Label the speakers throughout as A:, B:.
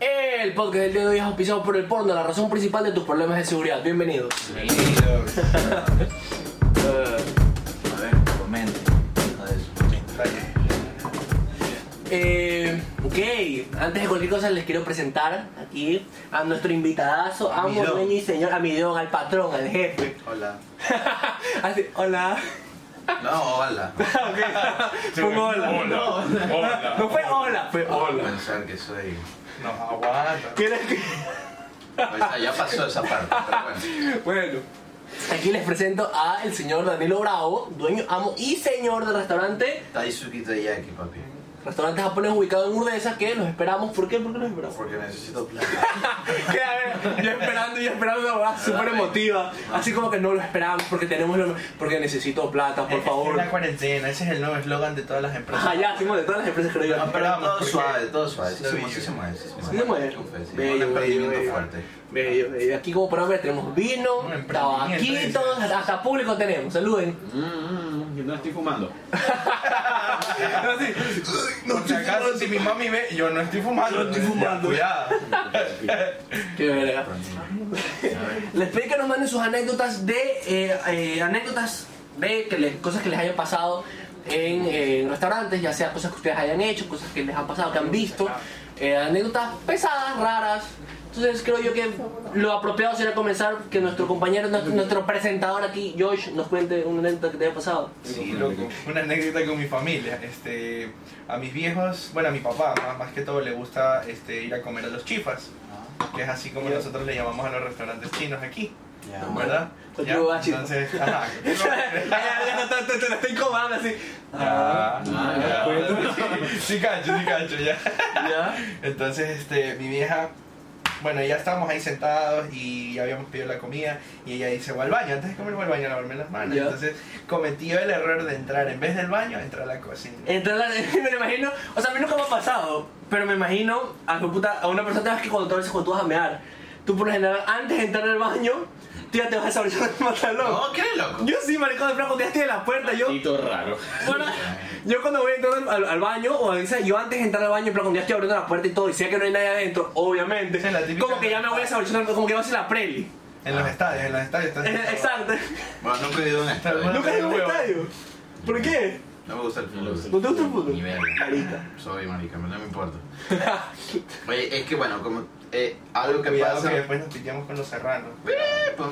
A: el podcast del día de hoy es auspiciado por el porno, la razón principal de tus problemas de seguridad. Bienvenidos.
B: A ver, comente. nada de eso.
A: Eh, ok, antes de cualquier cosa les quiero presentar aquí a nuestro invitadazo,
B: A mi
A: amo,
B: don.
A: dueño y señor, a mi don, al patrón, al jefe.
B: Hola.
A: Así, hola.
B: No, hola.
A: ok, pongo hola.
C: Hola.
A: No fue hola, fue
B: Voy a
A: hola.
B: Pensar que soy.
C: No, aguanta.
A: ¿Quieres que...?
B: O sea, ya pasó esa parte, pero bueno.
A: Bueno, aquí les presento a el señor Danilo Bravo, dueño, amo y señor del restaurante.
B: Taisuki Taiyaki, papi.
A: Restaurante japonés ubicado en Urdesa, que los esperamos. ¿Por qué? ¿Por qué los esperamos?
B: Porque necesito plata.
A: Que, a ver, yo esperando, yo esperando una boda súper emotiva. Así como que no lo esperamos porque tenemos lo- porque necesito plata, por
C: Es
A: favor.
C: la cuarentena, ese es el nuevo eslogan de todas las empresas.
A: Ajá, ya, hicimos de todas las empresas creo
B: No,
A: yo.
B: pero
C: Esperamos,
B: todo
C: porque-
B: suave, todo suave. Sí,
C: Lo
B: se
C: vi
B: mueve,
C: yo.
B: sí se mueve. Sí,
A: Sí se mueve.
B: Chufe, sí.
A: Bello,
B: Un emprendimiento
A: bello, bello.
B: fuerte.
A: Bello, bello. Aquí como podrán ver tenemos vino,
C: Un emprendimiento,
A: tabaquitos,
C: dice.
A: hasta público tenemos. Saluden.
D: Mm, no estoy fumando.
A: Así.
C: Por si acaso, si mi mami ve, yo no estoy fumando.
A: Yo no estoy fumando.
C: Cuidado.
A: Qué verga.
B: A ver.
A: Les pedí que nos manden sus anécdotas de eh, eh, anécdotas de que les- cosas que les hayan pasado en, eh, en restaurantes, ya sea cosas que ustedes hayan hecho, cosas que les han pasado, que han visto, eh, anécdotas pesadas, raras. Entonces creo yo que lo apropiado sería comenzar que nuestro compañero, nuestro, nuestro presentador aquí, Josh, nos cuente una anécdota que te haya pasado.
C: Sí, loco. Una anécdota con mi familia. Este, a mis viejos, bueno, a mi papá, más, más que todo, le gusta este, ir a comer a los chifas. Que es así como nosotros le llamamos a los restaurantes chinos aquí,
B: Ya.
C: ¿verdad?
A: Con yuba, chifa.
C: entonces, ajá.
A: Ya, ya, ya, te- te- te la estoy comando así.
C: Ya,
D: ya.
C: ya. Sí, sí cacho, sí cacho, ya. Entonces, este, mi vieja, bueno, ya estábamos ahí sentados y ya habíamos pedido la comida y ella dice, voy al baño, antes de comer voy al baño a lavarme las manos.
A: Ya.
C: Entonces, cometí el error de entrar, en vez del baño, entrar a la cocina.
A: Eh, Entonces, me lo imagino, o sea, a mí nunca me ha pasado, pero me imagino a, tu puta, a una persona que cuando tú, a veces cuando tú vas a mear, tú por lo general, antes de entrar al baño, tú ya te vas a desabrochar el pantalón.
B: No, ¿qué loco?
A: Yo sí, maricón de flaco, ya estoy en la puerta, yo...
D: Tito raro.
A: Bueno, yo cuando voy a entrar al, al baño, o a veces yo antes de entrar al baño, pero cuando ya estoy abriendo la puerta y todo, y sé que no hay nadie adentro, obviamente,
C: Esa es la típica-
A: como que ya me voy a desabrochar, como que voy a hacer la preli.
C: En los estadios, en los estadios. estás sentado.
A: Exacto.
B: Bueno, nunca he ido a un estadio.
C: Bueno.
A: ¿Nunca has ido a un
C: huevo.
A: estadio? ¿Por qué?
B: No me gusta el
D: No le
B: fútbol.
D: gusta el
A: ¿No te gusta el fútbol?
B: Ni verga.
A: Marica.
B: Soy marica, no me importa. Oye, es que bueno, como eh, algo que
C: Cuidado
B: pasa.
C: que después nos pillamos con los serranos.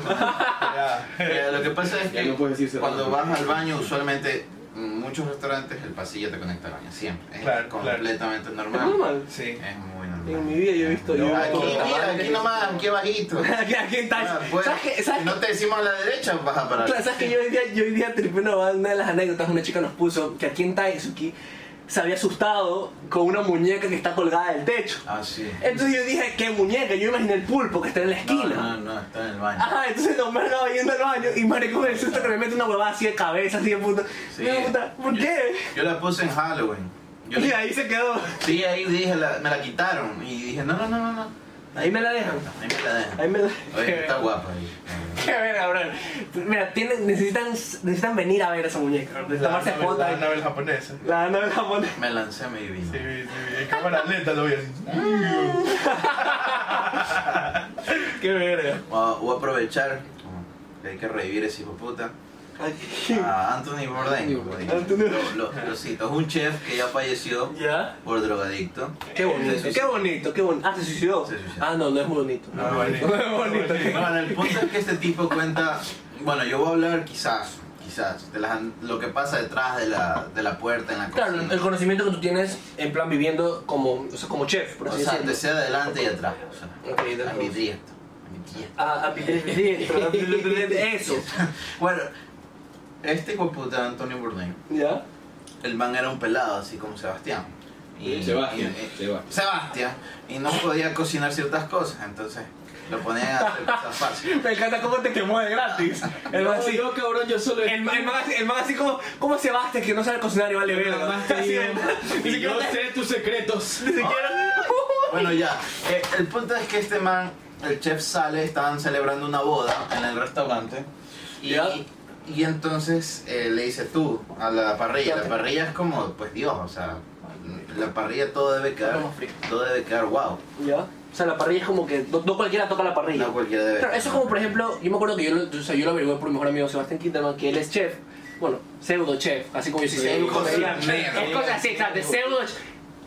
C: Ya.
B: Eh, lo que pasa es
D: Ya
B: que
D: no puedes decir cerrado.
B: cuando vas al baño, usualmente en muchos restaurantes el pasillo te conecta al baño, siempre. Es
C: Claro,
B: completamente
A: Es
B: normal.
A: normal.
C: Sí.
B: Es muy normal.
A: En mi vida yo he visto. yo he
B: No,
A: visto-
B: aquí, mira, aquí nomás, aquí bajito.
A: Aquí, aquí en Tacho.
B: Ah, pues,
A: ¿Sabes qué? ¿Sabes
B: si no te decimos a la derecha, vas a parar.
A: Claro, ¿sabes que yo hoy día, yo hoy día tripé una, una de las anécdotas, una chica nos puso que aquí en Taisuki se había asustado con una muñeca que está colgada del techo.
B: Ah, sí.
A: Entonces yo dije, ¿qué muñeca? Yo imaginé el pulpo que está en la
B: No,
A: esquina. Ah,
B: no, no, está en el baño.
A: Ajá, entonces Don Merga va yendo al baño y maricón el susto que me mete una huevada así de cabeza, así de puta.
B: Sí.
A: Digo, puta, ¿Por qué?
B: Yo la puse en Halloween. Yo
A: Y
B: la-
A: ahí se quedó.
B: sí, ahí dije, la- me la quitaron. Y dije, no, no, no, no. no.
A: Ahí me la dejan.
B: Ahí me la dejan.
A: Ahí me la
B: Oye, está guapa ahí.
A: Qué verga, bro. Mira, tienen, necesitan, necesitan venir a ver esa muñeca, bro.
C: La
A: tomarse
C: Anabel-
A: fotos.
C: La Anabel japonesa.
A: La Anabel japonesa.
B: Me lancé a mi divino.
C: Sí, sí, en cámara lenta lo voy así.
A: Qué verga.
B: Voy a- voy a aprovechar que hay que revivir ese hijo de puta. A Anthony Bourdain. como digo.
A: Anthony-
B: Lo, lo- lo cito. Es un chef que ya falleció
A: ¿Ya?
B: por drogadicto.
A: Qué
B: Se
A: bonito,
B: suicidó.
A: qué bonito, qué bonito. Ah, se suicidó.
B: Se suicidó.
A: Ah, no, no es bonito.
C: No, bonito.
A: No es bonito.
B: Bueno, el punto es que este tipo cuenta. Bueno, yo voy a hablar quizás, quizás, de las- lo que pasa detrás de la, de la puerta en la cocina.
A: Claro, el conocimiento que tú tienes en plan viviendo como, o sea, como chef, por
B: o
A: así
B: sea,
A: decirlo.
B: de ser adelante y atrás. O sea,
A: Ok, de-
B: ambidiestro, ambidiestro.
A: Ah, ah, diestro, eso.
B: Bueno, este hijo de puta, Antonio Bourdain,
A: ¿Ya?
B: el man era un pelado, así como Sebastián.
D: Eh, Sebastián,
B: y- y-
D: Sebastián.
B: Sebastián, y no podía cocinar ciertas cosas, entonces lo ponían a hacer cosas fáciles.
A: Me encanta cómo te quemó de gratis. El man así,
D: yo, cabrón, yo solo.
A: el, man- el man así, el man así como, como Sebastián que no sabe cocinar y vale verga.
D: Más te
A: Así,
D: digo,
A: Ni
D: y
A: siquiera
D: yo
A: te-
D: sé tus secretos.
A: ni siquiera-
B: Bueno, ya, eh, el punto es que este man, el chef sale, estaban celebrando una boda en el restaurante, y,
A: Ya.
B: y entonces eh, le dice tú a la parrilla, la parrilla es como, pues Dios, o sea, la parrilla todo debe quedar,
A: Como frío.
B: todo debe quedar wow.
A: ¿Ya? O sea, la parrilla es como que no, no cualquiera toca la parrilla.
B: No cualquiera debe.
A: Claro, eso es como, por ejemplo, yo me acuerdo que yo, lo- o sea, yo lo averigué por mi mejor amigo Sebastián Quinterman, que él es chef. Bueno, pseudo chef, así como yo soy
B: Sí,
A: pseudo
B: cocinero.
A: Es cosa así, exacto, pseudo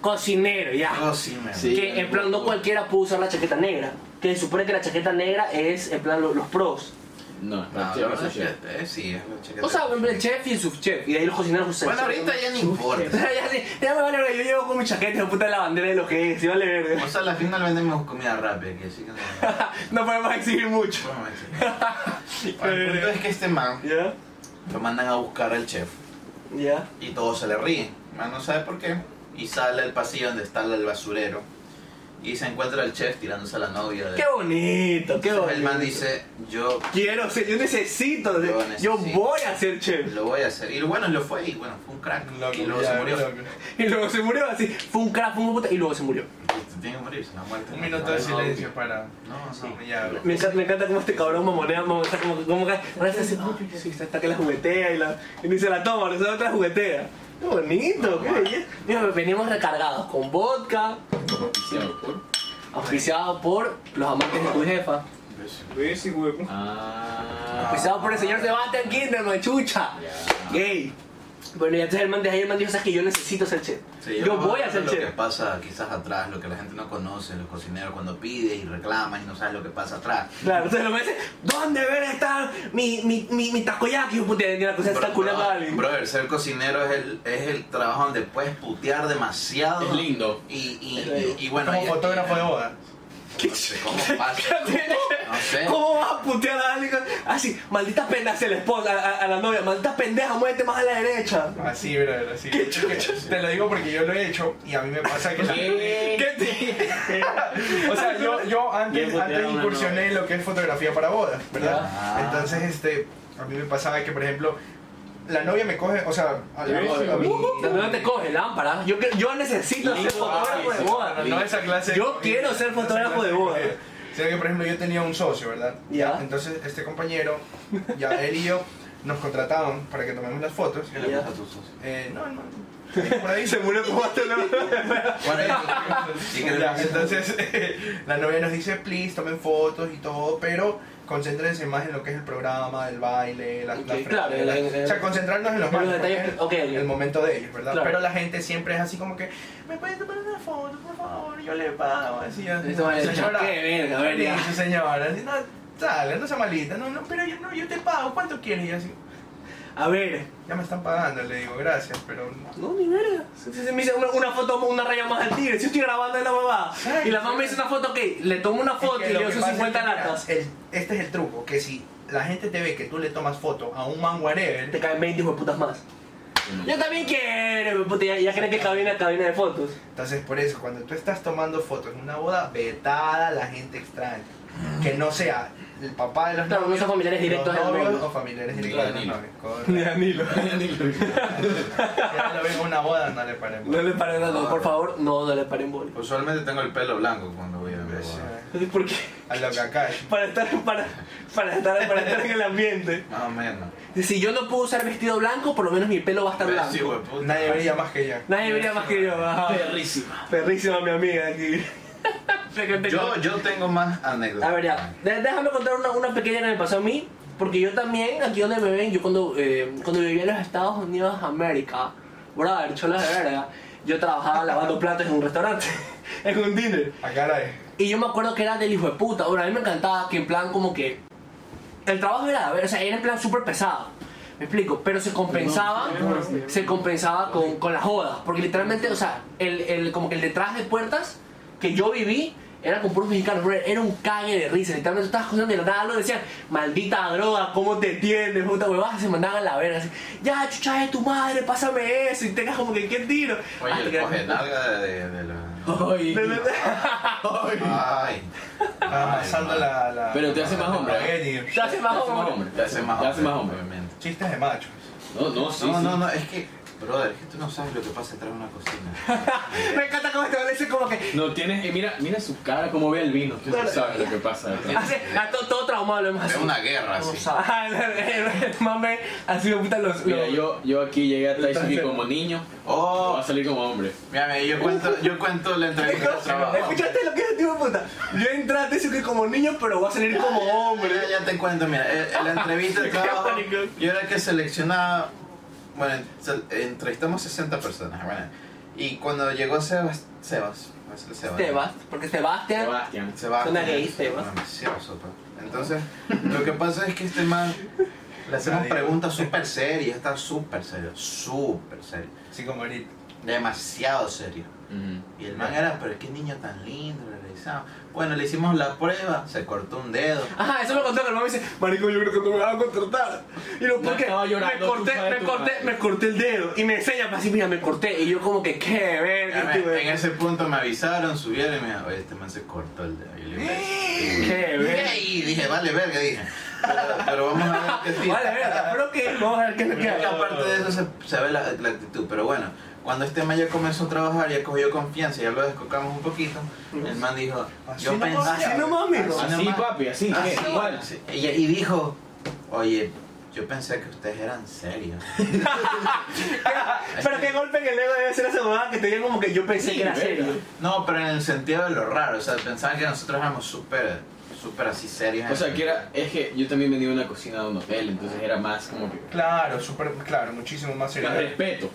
A: cocinero, ya.
B: Oh, sí, man.
D: Sí.
A: que en plan no cualquiera puede usar la chaqueta negra. Que se supone que la chaqueta negra es en plan lo- los pros.
D: No, Ah, no,
B: No,
D: chef,
B: la
D: no
B: verdad
D: soy
B: es que
D: chef.
B: eh, sí, es una chaqueta.
A: O sea, en plan el chef y el subchef. Y de ahí los cocineros usan
B: Bueno, ahorita ya no importa.
A: ya, sí, ya me vale, verga, yo llevo con mi chaqueta de puta la bandera de lo que es, y vale verga.
B: O sea, al final vendemos comida rápida, que sí que no.
A: no podemos exigir mucho.
B: Bueno, sí. Bueno, el punto es que este man
A: ¿Ya?
B: lo mandan a buscar al chef
A: ¿Ya?
B: y todos se le ríen. El Man no sabe por qué. Y sale al pasillo donde está el basurero y se encuentra el chef tirándose a la novia. De...
A: Qué bonito, qué bonito.
B: el man dice, yo
A: Quiero ser, yo necesito,
B: Yo
A: yo,
B: necesito.
A: voy a ser chef.
B: lo voy a hacer. Y bueno, lo fue y bueno, fue un crack.
C: Loco,
B: y luego
C: ya,
B: se murió.
C: loco.
A: Y luego se murió así, fue un crack, fue un puta, y luego se murió.
B: Tiene que morirse, la muerte.
C: Un minuto
B: No,
C: de
B: no,
C: silencio para.
B: No, no.
C: Ya,
A: Me encanta, me encanta cómo este cabrón mamonea, mamonea, está como, como que Raza así, "Ay, sí, está, está que la juguetea y, la, y ni se la toma, no se la otra juguetea. Qué bonito, qué belleza. Mira, venimos recargados con vodka,
D: Oficial, por-
A: auspiciado por los amantes de tu jefa,
D: Ah.
A: auspiciado por el señor Sebastián Kinderman, chucha.
D: Ya.
A: Gay. Bueno, y entonces el man de ahí, el man dijo, sabes que yo necesito ser chef.
B: Sí,
A: yo
B: creo que
A: voy a ser
B: lo que
A: chef.
B: pasa quizás atrás, lo que la gente no conoce, los cocineros cuando piden y reclaman y no saben lo que pasa atrás.
A: Claro, entonces lo me dice, ¿dónde ver está mi, mi, mi, mi takoyaki? Yo puta, la cosa está
B: Bro-
A: culando a
B: bro-
A: alguien.
B: Brother, ser cocinero es el, es el trabajo donde puedes putear demasiado.
D: Es lindo.
B: Y, y, y- y bueno,
C: Como
B: y-
C: fotógrafo de boda.
B: No sé cómo pasa. No sé.
A: ¿Cómo vas a putear a alguien así? Maldita pendeja se la esposa, a, a- a la novia, maldita pendeja, muévete más a la derecha.
C: Así, brother, así. Te lo digo porque yo lo he hecho y a mí me pasa que.
D: ¿Qué?
A: ¿Qué te-
C: O sea, yo, yo antes,
D: Bien
C: antes
D: boteado,
C: incursioné en lo que es fotografía para bodas, ¿verdad?
B: Ya.
C: Entonces, este, a mí me pasaba que, por ejemplo, la novia me coge, o sea, a la
D: Sí,
C: a mí-
A: La novia te coge lámpara. Yo, que- yo necesito ser fotógrafo de boda.
C: no esa clase. de
A: Yo
C: comida,
A: quiero ser
C: esa
A: fotógrafo
C: clase
A: de boda.
C: comida. O sea que, por ejemplo, yo tenía un socio, ¿verdad?
A: Ya.
C: Entonces, este compañero, ya él y yo, nos contrataron para que tomemos las fotos.
B: ¿Qué le pasa a tu socio?
C: Eh, no, no. Por ahí
A: Se murió como hasta la...
B: Bueno, y- y que le
C: Ya,
B: pasa-
C: entonces la novia nos dice, please, tomen fotos y todo, pero concéntrense más en lo que es el programa, el baile, las,
A: Ok,
C: las
A: claro,
C: fregaderas".
A: en- en-
C: O sea, concentrarnos en los,
A: en los
C: bailes, porque
A: detalles,
C: es
A: ok, ok.
C: el momento de ellos, ¿verdad?
A: Claro.
C: Pero la gente siempre es así como que, ¿me pueden tomar una foto, por favor? Yo le pago, así, así.
A: Esto vale, qué verga, verga.
C: "Please, señora, así, no, sale, no sea malita, no, no, pero yo, no, yo te pago, ¿cuánto quieres? Y yo así,
A: A ver.
C: ya me están pagando, le digo, gracias, pero... no".
A: No, ni verga. Se- se- se me hizo una, una foto, una raya más al tigre. Si yo estoy grabando en la mamá y la mamá me hizo una foto, ok, le tomo una
C: Es
A: foto
C: que
A: y
C: lo
A: le doy
C: que
A: sus
C: pasa
A: 50
C: es que, mira,
A: latas.
C: el- este es el truco, que si la gente te ve que tú le tomas foto a un man whatever,
A: Te caen 20 hijos de putas más. Yo también quiero, puta, ya, ya creen que cabina, cabina de fotos.
C: entonces por eso cuando tú estás tomando fotos en una boda, vetada la gente extraña. Que no sea el papá de los
A: Claro, no
C: novios,
A: son familiares
C: los
A: directos del
C: novios
A: novio.
C: o familiares
D: Ni
C: directos de los
D: Danilo.
C: novios. correcto.
A: Danilo.
C: Ya lo ven en una boda, no le paremos.
A: No le paren nada, por favor, no, no le paren boli.
B: Usualmente tengo el pelo blanco cuando voy a ver.
A: ¿Por qué?
C: A lo que acá
A: Para estar, para, para estar, para estar en el ambiente.
B: Más o menos.
A: Si yo no puedo usar vestido blanco, por lo menos mi pelo va a estar
B: Pero sí,
A: blanco.
B: hueputa.
C: Nadie vería más que yo.
A: Nadie vería más que yo. ajá.
D: Perrísima.
A: Perrísima mi amiga aquí.
B: Yo, yo tengo más anécdotas.
A: A ver, ya. De- déjame contar una, una pequeña que me pasó a mí. Porque yo también, aquí donde me ven, yo cuando, eh, cuando vivía en los Estados Unidos de América, brother, chola de verga, yo trabajaba lavando platos en un restaurante, en un dinner.
C: Acá la es.
A: Y yo me acuerdo que era del hijo de puta. Bueno, a mí me encantaba que en plan como que... El trabajo era, o sea, era en plan súper pesado. Me explico, pero se compensaba, se compensaba con, con las jodas. Porque literalmente, o sea, el, el- como que el detrás de puertas que yo viví era con puros mexicanos, bro, era un cague de risa. Literalmente tú estabas cocinando y de la nada lo decían, maldita droga, ¿cómo te tienes? Puta huevada, se mandaban a la verga. así, ya, chucha de tu madre, pásame eso. Y tengas como que, ¿qué tiro? Ah, Hasta
B: Oye,
A: que-
B: el coge nalga de, de la.
A: De- de- de-
B: Ay.
C: Amasando
B: Ay,
C: Ah, la, la...
D: Pero te hace más hombre. ¿eh?
C: espagueti.
A: Te hace más hombre.
B: Te hace más
D: Te hace más hombre.
B: obviamente.
C: Chistes de machos.
D: No, no, sí.
B: No,
D: sí.
B: no, no, es que, brother, es que tú no sabes lo que pasa detrás de una cocina.
A: Me encanta cómo este vale dice como que
D: No tienes, eh, mira, mira su cara, cómo ve el vino. Tú no sabes lo que pasa. detrás.
A: hace a todo, todo traumado lo hemos
B: Es
A: así.
B: una guerra
A: No
B: así.
A: sabe. Ajá, el mame ha sido puta los.
D: Mira,
A: los-
D: yo, yo aquí llegué a Taishiki como niño, va
B: Oh,
D: a salir como hombre.
B: mira, mira, yo cuento, yo cuento la entrevista de trabajo.
A: ¿Escuchaste lo que yo puta. Yo entré a decir que como niño, pero voy a salir como hombre.
B: Hombre, ya te cuento, mira, eh, en la entrevista de trabajo, yo era el que seleccionaba, bueno, se- entrevistamos 60 personas, bueno, y cuando llegó Sebas, Sebas, voy a decirle Sebas.
A: Sebas, porque Sebastián.
D: Sebastián.
B: Sebas.
A: Suena gay, Sebas.
B: Demasiado sopa. pues. Entonces, lo que pasa es que este man, le hacemos
C: Nadie.
B: preguntas súper serias, está súper serio, súper serio,
C: Así como ahorita.
B: demasiado serio. Y el man era, pero qué niño tan lindo, realizado. Bueno, le hicimos la prueba, se cortó un dedo.
A: Ajá, eso me contó que el mamá me dice, marico, yo creo que tú me vas a contratar. Y lo
D: No,
A: porque
D: estaba
A: me
D: llorando,
A: corté,
D: tú sabes
A: me
D: tu
A: corté,
D: madre.
A: me corté el dedo. Y me enseña, pues, así, mira, me corté. Y yo como que, qué
B: Ya
A: verga, este
B: me- en
A: tío.
B: ese punto me avisaron, subieron y me dijeron, oye, este man se cortó el dedo. Y yo le dije,
A: Qué verga.
B: "Ey", dije, vale, verga, dije. Pero, pero vamos a ver qué tira.
A: Vale, verga, pero que vamos a ver qué es lo que
B: Creo que
A: hay.
B: aparte de eso se, se ve la, la actitud, pero bueno, cuando este man ya comenzó a trabajar, ya cogió confianza, ya lo descocamos un poquito, el man dijo,
C: Así
B: yo
C: no
B: pensaba...
C: mames.
A: Así no mames.
B: Así
D: Así,
B: nomás.
D: papi, así.
B: Ah,
D: ¿qué?
B: sí,
D: Igual.
B: sí. Y, y dijo, oye, yo pensé que ustedes eran serios.
A: Pero qué golpe en el ego debe ser esa mamá que te digan como que yo pensé
D: Sí,
A: que era
D: verga.
A: serio.
B: No, pero en el sentido de lo raro, o sea, pensaban que nosotros éramos súper, súper así serios.
D: O sea, que era, es que yo también venía de una cocina de un hotel, entonces era más como que...
C: Claro, súper, claro, muchísimo más serio.
D: Más respeto.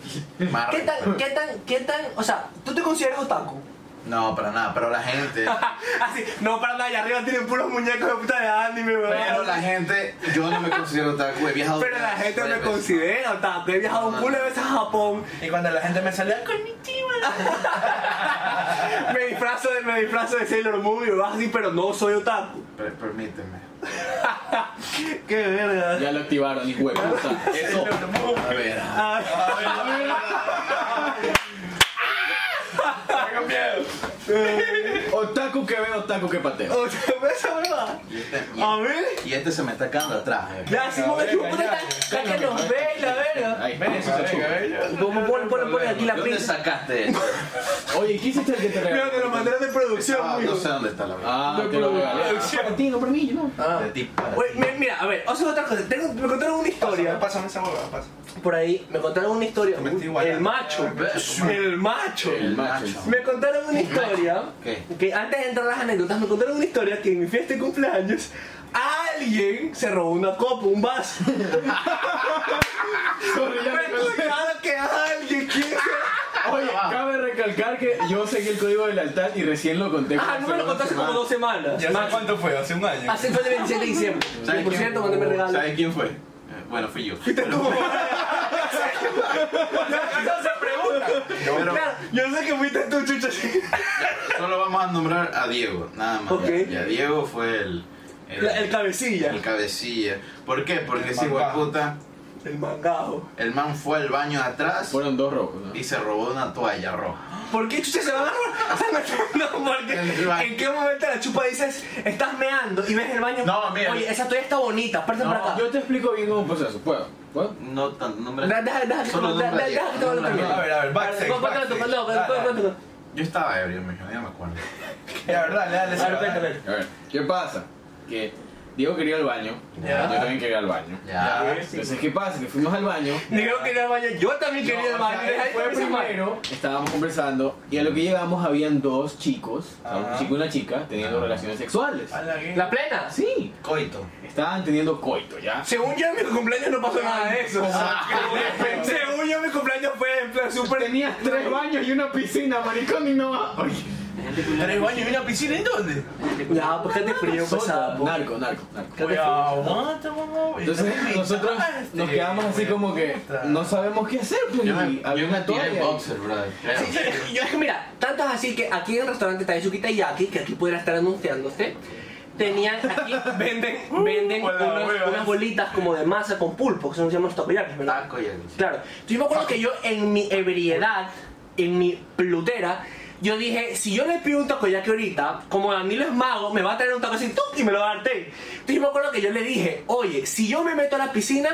B: Más
A: ¿Qué tan,
B: respeto.
A: qué tan, qué tan, o sea, tú te consideras otaku?
B: No, para nada, pero la gente...
A: Así, no para nada, allá arriba tienen puros muñecos de puta de anime, weón.
B: Pero la gente, yo no me considero otaku, he viajado...
A: Pero la gente me
B: varias veces.
A: considera otaku. He viajado un culo de veces a Japón.
C: Y cuando la gente me salía, ¡Konnichiwa!
A: Me disfrazo de, me disfrazo de Sailor Moon y vas así, pero no soy otaku.
B: Per- permíteme.
A: Qué verga.
D: Ya lo activaron, hijo de puta. Eso.
B: A ver,
C: Tengo miedo.
D: Otaku que veo, otaku que pateo.
A: O sea, ¿ves esa huevada?
B: y este, y-
A: A ver.
B: y este se me está quedando atrás. eh.
A: Ya, si
C: Venga,
A: me dijo,
C: venga,
A: puta,
C: ya.
A: está- está que nos ve, la verga.
D: Ahí,
C: Venga,
D: eso se
C: venga,
D: chupa.
C: venga.
A: Pon- pon- pon- pon aquí la
B: ¿De ¿Dónde
A: prisa.
B: sacaste esto?
D: Oye, ¿qué hiciste el que te
A: Mira, te lo
D: regaló?
A: mandaron de producción,
B: Ah, no
A: mijo.
B: sé dónde está la verdad.
D: Ah, te lo regalé. Para ti, no para mí, no.
A: Ah.
B: De ti para
A: Oye,
B: ti.
A: mi- Mira, a ver, o sea, otra cosa. Tengo- me contaron una historia.
C: Pásame, pásame esa huevada, pásame.
A: Por ahí, me contaron una historia.
C: Me estoy
A: El
C: igualando.
A: macho. El macho.
D: El macho.
A: Me contaron una historia
B: ¿Qué?
A: que antes de entrar a las anécdotas me contaron una historia que en mi fiesta de cumpleaños alguien se robó una copa, un vaso. me
D: Sorry, ya me acordé.
A: contaron que alguien quiso.
D: Oye, cabe recalcar que yo seguí el código del altar y recién lo conté.
A: Ah, no me lo contaste como dos semanas.
C: ¿Ya
A: Más-
C: sabes cuánto fue? Hace un año.
A: Así fue el 27 de diciembre.
B: ¿Sabes
A: Y por
B: quién-
A: cierto, cuando me regalo.
B: ¿Sabes quién fue? Eh, Bueno, fui yo.
A: Eso se pregunta.
B: Yo- pero
A: Claro, yo sé que fuiste tú, chucha.
B: solo vamos a nombrar a Diego, nada más.
A: Ok.
B: Ya, ya Diego fue el. El,
A: La- El cabecilla.
B: el cabecilla. ¿Por qué? Porque
C: El
B: ese hijo de
C: mangajo.
B: puta,
A: El mangajo.
B: el man fue al baño de atrás
D: Fueron dos rojos, ¿no?
B: y se robó una toalla roja.
A: ¿Por qué chucha se va a dar? No, porque
B: El baño.
A: en qué momento la chupa dices, estás meando y ves el baño.
B: No, mira.
A: Oye, esa toalla está bonita, parte
B: No,
A: para acá.
D: Yo te explico bien cómo pasó eso. ¿Puedo? ¿Puedo?
B: No tanto nombre.
A: Da- da- da-
B: Solo
A: da-
B: nombra
A: da-
B: a Diego,
A: da- da-
B: nombra a
A: da-
B: Diego.
C: A ver, a ver, backstage.
A: Cu- cuéntalo tú,
C: backstage.
A: cuéntalo,
C: Ah,
A: cuéntalo, cuéntalo.
B: Yo estaba ebrio, mijo, ya me acuerdo.
C: La verdad, le dale
A: A ver, cuéntalo.
D: A ver, ¿qué pasa? Que Diego quería ir al baño.
B: Ya.
D: Yo también quería ir al baño.
B: Ya.
D: Entonces, ¿qué pasa? Que fuimos al baño.
A: Diego quería el baño, yo también quería el
C: o
A: baño.
C: sea, él
A: deja de
D: Fue
A: comer esa madre.
D: primero, estábamos conversando y a lo que llegamos habían dos chicos, o sea, un
B: Ah.
C: Ajá.
D: chico y una chica, teniendo relaciones sexuales.
C: A la gay.
A: ¿La plena?
D: Sí,
B: Coito.
D: estaban teniendo coito, ¿ya?
A: Según yo en mi cumpleaños no pasó nada de eso. Según yo en mi cumpleaños fue en plan súper.
D: Tenías tres baños y una piscina, maricón, y no va. Oye,
C: ¿Tres baños y una piscina en dónde?
A: Ya, pues gente frío
D: Sota,
A: pesada. po.
D: narco, narco, narco.
A: Creo que
C: Oye,
A: fue-
C: aguanta, mamá.
D: Entonces nosotros nos quedamos así como que no sabemos qué hacer, pues,
B: Yo
D: y
B: me, yo
D: había
B: me
D: una
B: tiré
D: toalla.
B: boxer, brother. creo.
A: Sí, sí, yo es que mira, tanto es así que aquí en el restaurante Taizukita Yaki, que aquí pudiera estar anunciándose, tenían aquí, venden, venden
C: con la
A: unos-
C: hueva.
A: unas bolitas como de masa con pulpo, que son llaman takoyakis, ¿verdad?
B: Taco y el-
A: Claro. Entonces yo me acuerdo que yo en mi ebriedad, en mi plutera, yo dije, si yo le pido un takoyaki ahorita, como Danilo es mago, me va a traer un taco así ¡tuc! y me lo va a dar té. Entonces yo me acuerdo que yo le dije, oye, si yo me meto a la piscina,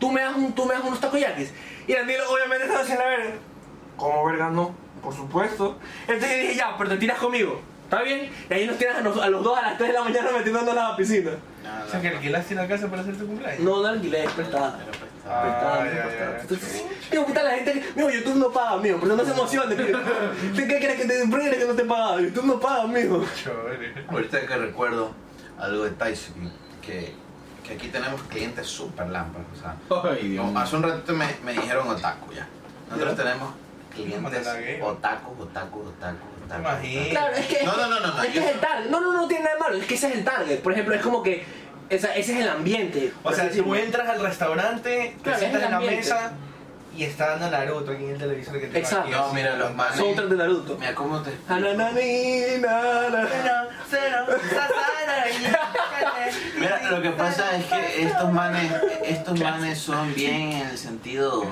A: tú me das, un, tú me das unos takoyakis. Y Danilo obviamente estaba haciendo la verga. ¿Cómo verga no? Por supuesto. Entonces yo dije, ya, pero te tiras conmigo. ¿Está bien? Y ahí nos tienes a, nos- a los dos a las 3 de la mañana metiéndonos a la piscina.
B: No,
C: O sea, que alquilaste la casa para hacer tu cumpleaños.
A: No, no alquilé, es prestada.
C: Ah,
A: Prestada,
C: ya, ya,
A: prestada.
C: ya.
A: Entonces, Mío, puta, la gente, mío, YouTube no paga, mío, pero no se emociones. mío. ¿Usted qué crees que te prende que no te paga? YouTube no paga, mío.
C: Chore.
B: Ahorita que recuerdo algo de Tyson, que, que aquí tenemos clientes super lámparas. O sea,
D: Ay, Dios
B: como
D: mío.
B: hace un ratito me, me dijeron otaku ya. Nosotros
C: Ya.
B: tenemos
C: Mándala a
B: clientes
C: gay.
B: otaku, otaku, otaku,
C: Te
B: otaku.
C: imaginas.
A: Claro, es que.
B: No, no, no, no, no,
A: Es que
B: yo-
A: es el target. No, no, no tiene nada de malo. Es que ese es el target. Por ejemplo, es como que. esa- ese es el ambiente.
C: O sea,
A: Sí,
C: tú entras al restaurante, te
A: Claro,
C: sientas
A: es el
C: en la
A: ambiente.
C: mesa y está dando Naruto aquí en el televisor que te
A: Exacto.
C: va aquí.
B: No, mira, los manes.
A: Soundtrack de Ah, Naruto.
B: Mira, ¿cómo te.?
A: Ananani, na, na, na.
B: Mira, lo que pasa es que estos manes, estos manes son bien en el sentido.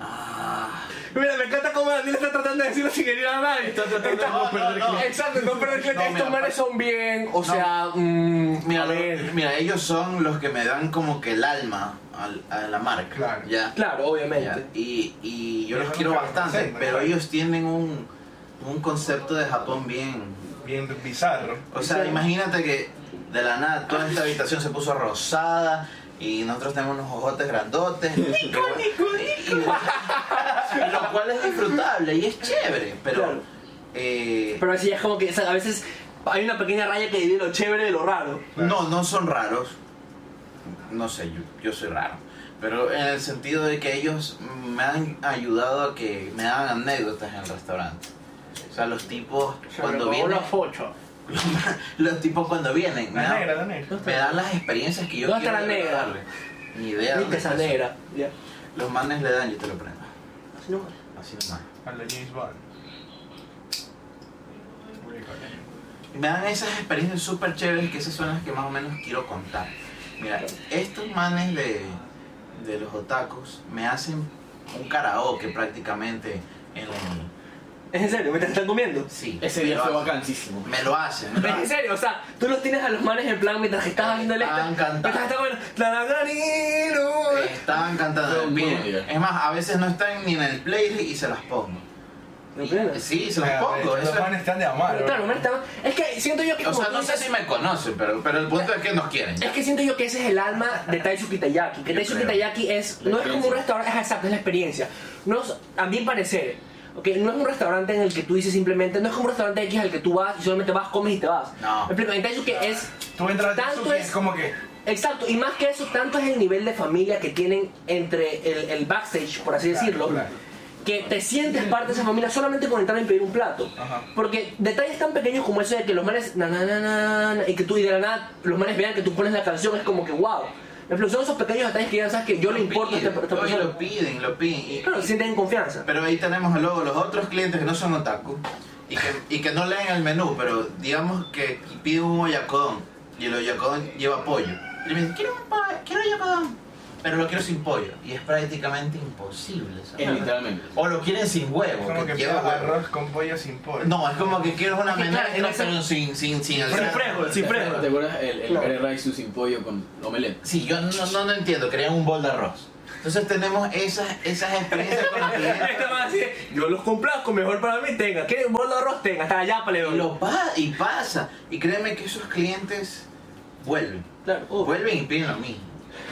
B: Ah,
A: Mira, me encanta cómo Daniel está tratando de decirlo sin herir a nadie.
D: Está tratando de no perder
B: no,
D: cliente.
A: Exacto, no, pero es que
B: No,
A: estos
B: mira,
A: manes son bien, o sea, mm,
B: mira,
A: a ver.
B: mira, ellos son los que me dan como que el alma al- a, la marca.
C: Claro.
B: Ya.
A: Claro, obviamente.
B: Ya, Y, y yo
C: Y
B: los
C: eso
B: quiero
C: nunca lo
B: bastante,
C: hacen,
B: pero
C: ¿verdad?
B: ellos tienen un, un concepto de Japón bien.
C: Bien bizarro.
B: O sea,
A: Sí.
B: imagínate que de la nada toda esta habitación se puso rosada y nosotros tenemos unos ojotes grandotes. Y- y lo cual es disfrutable y es chévere, pero.
A: Claro.
B: eh,
A: Pero así es como que o sea, a veces hay una pequeña raya que divide lo chévere de lo raro.
B: No, no son raros. No sé, yo, yo soy raro. Pero en el sentido de que ellos me han ayudado a que me hagan anécdotas en el restaurante. O sea, los tipos cuando vienen.
A: fochos.
B: los tipos cuando vienen. Me
C: La negra,
B: dan,
C: la negra.
B: me dan las experiencias que yo
A: ¿Dónde
B: quiero
A: está la negra?
B: darle. Ni idea.
A: Ni
B: dónde
A: que esa
B: está eso.
A: negra. Ya.
B: Los manes le dan, yo te lo prendo.
A: Así nomás.
B: Así nomás.
C: A la James Bond. Rico, ¿eh?
B: me dan esas experiencias súper chéveres que esas son las que más o menos quiero contar. Mira, estos manes de, de los otakus me hacen un karaoke prácticamente en un...
A: ¿Es en serio? ¿Me te están comiendo?
B: Sí.
D: Ese
B: me
D: día
B: lo
D: fue
B: hacen.
D: vacancísimo.
B: Me lo hacen. me lo
A: ¿Es en
B: hacen.
A: serio? O sea, tú los tienes a los manes en plan mientras que
B: Ah,
A: estás haciendo el este.
B: Estaban cantando.
A: Mientras estás comiendo. "Tlanananino".
B: Estaban
D: Fue
B: cantando
D: un
B: bien.
D: buen día.
B: Es más, a veces no están ni en el playlist y se las pongo.
A: ¿No
B: Y-
A: crees?
B: sí, se
C: O sea,
B: las pongo.
C: Los
B: eso es-
C: manes están de amar.
A: Claro,
C: ¿verdad?
A: man, está- es que siento yo que
B: o
A: como
B: sea,
A: tú
B: no sé
A: dices-
B: si me conocen, pero, pero el punto es que nos quieren.
A: Es que siento yo que ese es el alma de Taitsuki Kitayaki. Que
B: Yo
A: Taitsuki
B: creo.
A: Kitayaki es.
D: La
A: No es como un
D: experiencia.
A: restaurante, es exacto, es la experiencia. No es- a mi parecer, ok, no es un restaurante en el que tú dices simplemente. No es como un restaurante X al que tú vas y solamente vas, comes y te vas.
B: No.
A: Me explico, en Taitsuki es.
C: Tú entras a
A: Tanto
C: Tatsuki y
A: es-
C: es como que.
A: Exacto, y más que eso, tanto es el nivel de familia que tienen entre el, el backstage, por así
C: Claro,
A: decirlo,
C: claro.
A: que te sientes parte de esa familia solamente con entrar y pedir un plato.
C: Ajá.
A: Porque detalles tan pequeños como eso de que los manes, na, na, na, na, na, y que tú y de la nada los manes vean que tú pones la canción, es como que wow. En plan, Son esos pequeños detalles que ya sabes que yo le importo a esta, a esta
B: Oye,
A: persona.
B: lo piden, lo piden. y-
A: Claro, se sienten en confianza.
B: Pero ahí tenemos luego los otros clientes que no son otaku y que, y que no leen el menú, pero digamos que piden un oyacodón y el oyacodón lleva pollo. Y me dicen, quiero, un pollo, quiero oyacodón, pero lo quiero sin pollo. Y es prácticamente imposible. ¿sabes?
D: Es literalmente.
B: O lo quieren sin huevo,
C: Como
B: que
C: que
B: lleva
C: pidas
B: huevo.
C: arroz con pollo sin pollo.
B: No, es como que quiero una
A: Es que
B: menestra,
A: claro, en ese-
B: pero sin, sin, sin el
A: Sin
B: sal.
A: frijol,
D: ¿Te
A: sin
D: acuerdas- ¿Te
A: frijol.
D: acuerdas el, el
A: Claro.
D: curry rice sin pollo con omelette?
B: Sí, yo no, no, no entiendo, querían un bol de arroz. Entonces tenemos esas, esas experiencias con los clientes.
A: Esta más así, de, yo los complazco, mejor para mí tenga. ¿Quieres un bol de arroz? Tenga, hasta allá para le
B: Y
A: doy.
B: lo pa- y pasa. Y créeme que esos clientes vuelven.
A: Claro, oh.
B: Vuelven y piden lo mismo.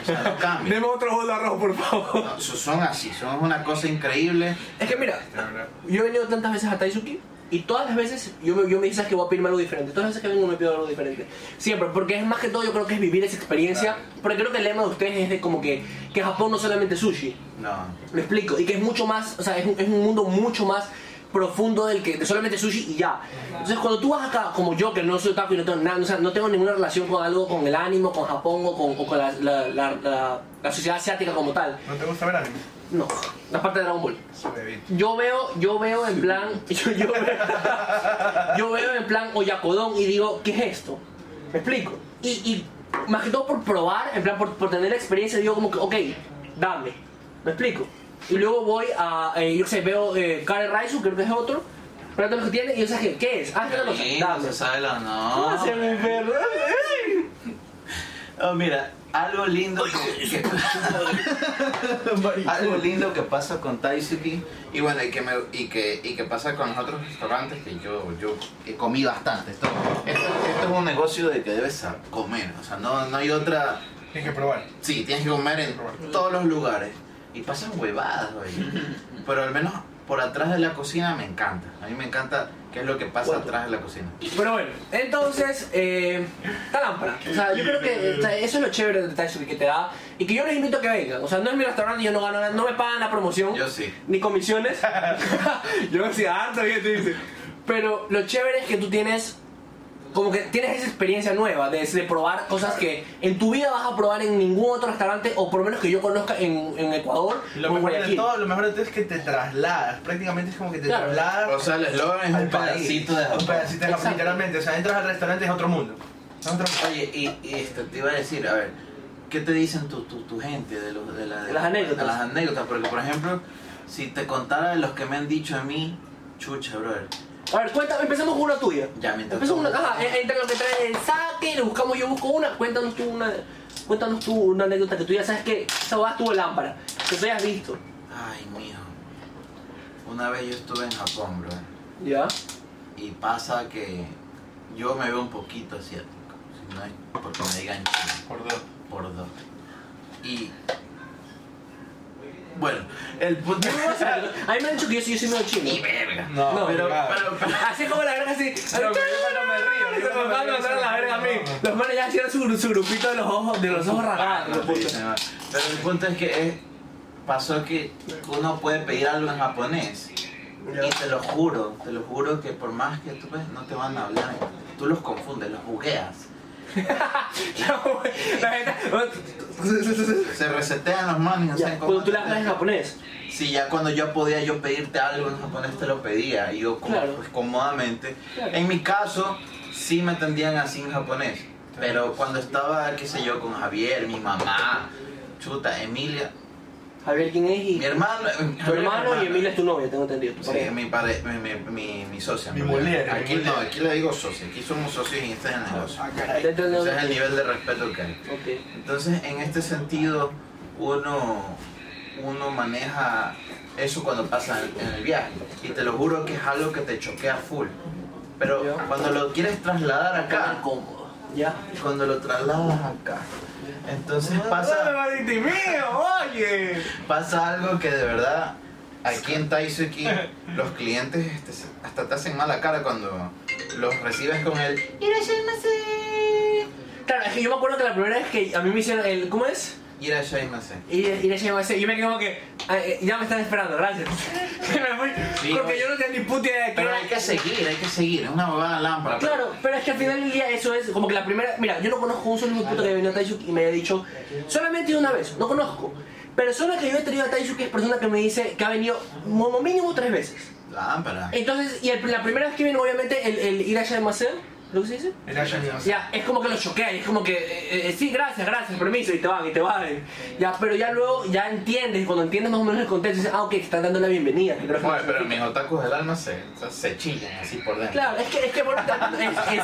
B: O sea, no cambian.
A: Deme otro bol de arroz, por favor.
B: No, so- son así, son una cosa increíble.
A: Es que mira,
C: De verdad.
A: Yo he venido tantas veces a Taisuki y todas las veces yo me, yo me dices que voy a pedirme algo diferente. Todas las veces que vengo me pido algo diferente. Siempre, porque es más que todo yo creo que es vivir esa experiencia. Porque creo que el lema de ustedes es de como que, que Japón no es solamente sushi.
B: No.
A: Me explico. Y que es mucho más, o sea, es un, es un mundo mucho más profundo del que de solamente sushi y ya. Entonces cuando tú vas acá, como yo que no soy otaku y no tengo nada, o sea, no tengo ninguna relación con algo, con el ánimo, con Japón o con, o con la, la, la- la- la sociedad asiática como tal.
C: ¿No te gusta ver anime?
A: No, la parte de Dragon Ball.
C: Su bebito.
A: Yo veo, yo veo en plan, yo, yo veo, yo veo en plan Oyacodón y digo, ¿qué es esto? ¿Me explico? Y, y más que todo por probar, en plan por, por tener la experiencia, digo como que, ok, dame, ¿me explico? Y luego voy a, eh, yo qué sé, veo eh, Karen Raizu, creo que es otro, plato que tiene, y yo sé que, ¿qué es? Ah, esta es la cosa,
B: Sí,
A: dame.
B: se sabe la-
A: Ah,
B: no.
A: se me enferma.
B: Oh, mira, algo lindo que, que-
D: Ah,
B: algo lindo que pasa con Taisuki y bueno, y que, me- y que, y que pasa con los otros restaurantes que yo, yo he comido bastante. Esto, esto, esto es un negocio de que debes a- comer, o sea, no, no hay otra...
C: Tienes que probar.
B: Sí, tienes que comer en todos los lugares. Y pasan huevadas, güey. Pero al menos por atrás de la cocina me encanta. A mí me encanta qué es lo que pasa atrás de la cocina.
A: Pero bueno, entonces, eh, esta lámpara. O sea, yo creo que o sea, eso es lo chévere del Taisuki que te da. Y que yo les invito a que vengan. O sea, no es mi restaurante y yo no gano nada. No me pagan la promoción.
B: Yo sí.
A: Ni comisiones. yo me hacía harto, bien te dice. Pero lo chévere es que tú tienes. Como que tienes esa experiencia nueva de, de probar cosas que en tu vida vas a probar en ningún otro restaurante, o por lo menos que yo conozca en, en Ecuador
C: Y
A: o
C: Lo
A: en
C: mejor de
A: Guayaquil.
C: todo, lo mejor de todo es que te trasladas. Prácticamente es como que te
A: Claro.
C: trasladas.
B: O sea, el eslogan es
C: al
B: un
C: país.
B: pedacito de
C: Un
B: Japón.
C: pedacito de Japón,
A: Exacto.
C: literalmente. O sea, entras al restaurante es otro mundo. Es otro mundo.
B: Oye, y, y esto te iba a decir, a ver, ¿qué te dicen tu, tu, tu gente de, los, de, la-
A: Las anécdotas.
B: de las anécdotas? Porque, por ejemplo, si te contara de los que me han dicho a mí, chucha, brother.
A: A ver, cuéntame, empecemos con una tuya.
B: Ya, mientras
A: Empezamos una
B: tomo.
A: caja, eh, entre lo que trae el saque, le buscamos, yo busco una, cuéntanos tú una, cuéntanos tú una anécdota que tú ya sabes que esa boda estuvo lámpara, que tú hayas visto.
B: Ay, mijo. Una vez yo estuve en Japón, brother.
A: Ya.
B: Y pasa que yo me veo un poquito asiático. Si no es porque me digan chino.
C: Por dos.
B: por dos. Y. Bueno, el punto.
A: O sea, a mí me han dicho que yo soy, yo soy medio chino.
B: Ni verga.
C: No,
A: No,
C: pero,
B: Pero, pero, pero-
A: Así como la verga así.
C: Pero que yo cuando me río, yo
A: Se me
C: cuando
A: van
C: me
A: a
C: río,
A: botar a la
C: se me
A: verga a mí.
C: río.
A: Los manes ya hicieron su, su grupito de los ojos, de los ojos rarados. los putos.
B: Pero el punto es que es- pasó que uno puede pedir algo en japonés. Y te lo juro, te lo juro que por más que tú ves, no te van a hablar. Tú los confundes, los bugueas.
A: La gente.
B: Se resetean los manos y no
A: Ya,
B: saben cómo.
A: Cuando tú le hablas en japonés.
B: Sí, ya cuando yo podía yo pedirte algo en japonés te lo pedía y yo como,
A: Claro.
B: pues, cómodamente.
A: Claro.
B: En mi caso sí me atendían así en japonés, pero cuando estaba, qué sé yo, con Javier, mi mamá, chuta, Emilia,
A: Javier, ¿quién es? Y
B: mi hermano, Javier,
A: tu
B: mi
A: hermano y
B: hermana.
A: Emilia es tu novia, tengo entendido. tu
B: Sí,
A: pareja.
B: mi, pare- mi, mi, mi, mi socia.
C: Mi
B: en realidad.
C: mujer, mi
B: Aquí
C: mujer.
B: no, aquí le digo socia, aquí somos socios y este es el negocio.
A: Te entiendo.
B: Ese es el nivel de respeto que hay.
A: Ok.
B: Entonces, en este sentido, uno, uno maneja eso cuando pasa en, en el viaje. Y te lo juro que es algo que te choquea full. Pero
A: Ya.
B: cuando lo quieres trasladar acá,
A: cómodo. Ya.
B: cuando lo trasladas acá, entonces pasa,
A: oye!
B: pasa algo que de verdad aquí en Taisuki los clientes este, se- hasta te hacen mala cara cuando los recibes con el
A: Claro, es que yo me acuerdo que la primera vez que a mí me hicieron el. ¿Cómo es?
B: Irashaimase.
A: Y, y le llegó ese. Yo me quedé como que. ah, eh, ya me están esperando, gracias. Y me fui.
B: Sí,
A: porque
B: oye.
A: yo no tenía ni puta idea de qué
B: Pero
A: era.
B: hay que seguir, hay que seguir, es una huevada lámpara. pero-
A: Claro, pero es que al final del día eso es como que la primera. Mira, yo no conozco un solo hijo de puta que vino a Taishuki y me haya dicho solamente una vez, no conozco. Persona que yo he tenido a Taishuki es persona que me dice que ha venido como mínimo tres veces.
B: Lámpara.
A: Entonces, y el- la primera vez que viene, obviamente, el, el ir a Yamasen, ¿lo que se dice?
C: Era Shazam.
A: Ya, es como que lo choquea, y es como que, eh, eh, sí, gracias, gracias, permiso, y te van, y te van. Ya, pero ya luego, ya entiendes, y cuando entiendes más o menos el contexto, dices, ah, ok, te están dando la bienvenida. que creo que-
B: Joder, pero mis otakus del alma se, o sea, se chillan así por dentro.
A: Claro, es que, es que, bueno, es,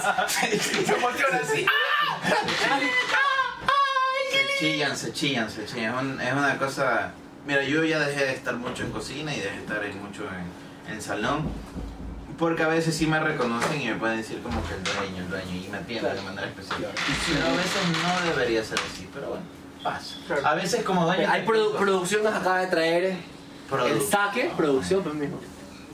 A: es-
C: Se emociona así.
B: Se chillan, se chillan, se chillan. Es, un- es una cosa... Mira, yo ya dejé de estar mucho en cocina y dejé de estar en mucho en, en salón. Porque a veces sí me reconocen y me pueden decir como que el dueño, el dueño, y me atienden de
A: Claro.
B: manera especial. Pero a veces no debería ser así, pero bueno, pasa.
A: Claro.
B: A veces como dueño...
A: hay produ- producción nos acaba de traer el
B: Produ-
A: saque, producción, pues mismo.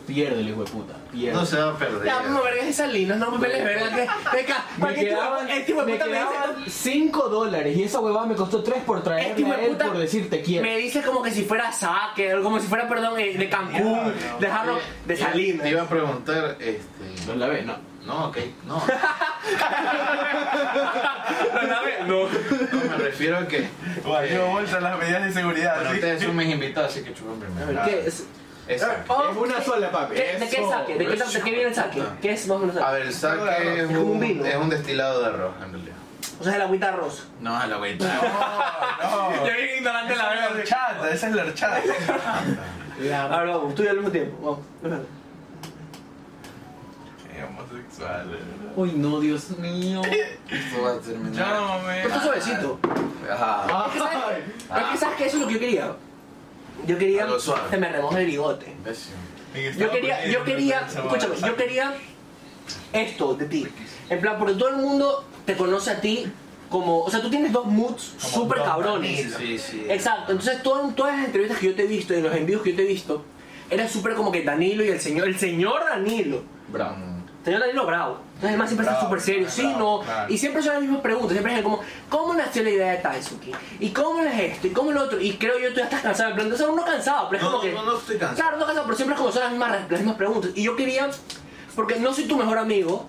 D: Pierde el hijo de puta. Pierde.
B: No se va a perder.
A: Ya, no, verga, es Salinas, no me pelees, verga, que, venga,
D: Me
A: porque
D: quedaban,
A: este hijo de
D: me
A: puta me dice,
D: quedaban 5 dólares y esa huevada me costó 3 por traerme
A: Este hijo
D: a
A: de
D: él
A: puta
D: por decir te quiero.
A: me dice como que si fuera saque, o como si fuera, perdón, eh, de Cancún,
C: Diablo.
A: dejarlo de Salinas.
B: Te iba a preguntar, este...
D: No la ve, no.
B: No, ok, no.
A: No, ¿sabes? No.
B: No, me refiero a que.
C: Guay, yo
B: eh,
C: bolsa las medidas de seguridad.
B: bueno,
C: ¿sí?
B: ustedes son mis invitados, así que chupen primero.
A: ¿Qué es?
B: Exacto.
A: Oh,
D: Es una sola, papi.
A: ¿qué- ¿De qué es
D: Eso.
A: saque? ¿De qué, de qué viene el saque? ¿Qué es más o menos
B: A
A: saque?
B: ver, el sake es
A: Es como un
B: un,
A: vino.
B: es un destilado de arroz, en realidad.
A: O sea, es el agüita de arroz.
B: No, es la agüita.
C: No, no.
A: bien ignorante
C: Esa es la horchata, esa es la horchata.
D: La-
A: Ahora vamos, tú y yo al mismo tiempo. Vamos.
C: Digamos, homosexuales.
D: Uy, no, Dios mío.
B: Esto va a terminar.
C: No, me.
A: Pero está suavecito.
B: Ajá.
D: Ay,
A: Pero es que sabes que eso es lo que yo quería. Yo quería
B: Algo suave.
A: que me remoje el bigote.
B: Imbécil.
A: Yo quería, yo quería, escúchame, yo quería esto de ti. En plan, porque todo el mundo te conoce a ti como, o sea, tú tienes dos moods
C: Como
A: súper
C: dos
A: cabrones.
C: manitos.
B: Sí, sí.
A: Exacto, entonces todo- todas las entrevistas que yo te he visto y los envíos que yo te he visto, era súper como que Danilo y el señor, el señor Danilo.
B: Bravo.
A: Señor Danilo Bravo. Entonces, además siempre está
C: Bravo,
A: súper serio. Sí,
C: bravo,
A: no.
C: claro.
A: Y siempre son las mismas preguntas. Siempre es como, ¿cómo nació la idea de Taisuki? ¿Y cómo es esto? ¿Y cómo lo otro? Y creo yo tú ya estás cansado. En plan, o sea, uno cansado, pero es
B: No,
A: como
B: no,
A: que.
B: no, no estoy cansado.
A: Claro, no cansado, pero siempre es como son las mismas, las mismas preguntas. Y yo quería, porque no soy tu mejor amigo,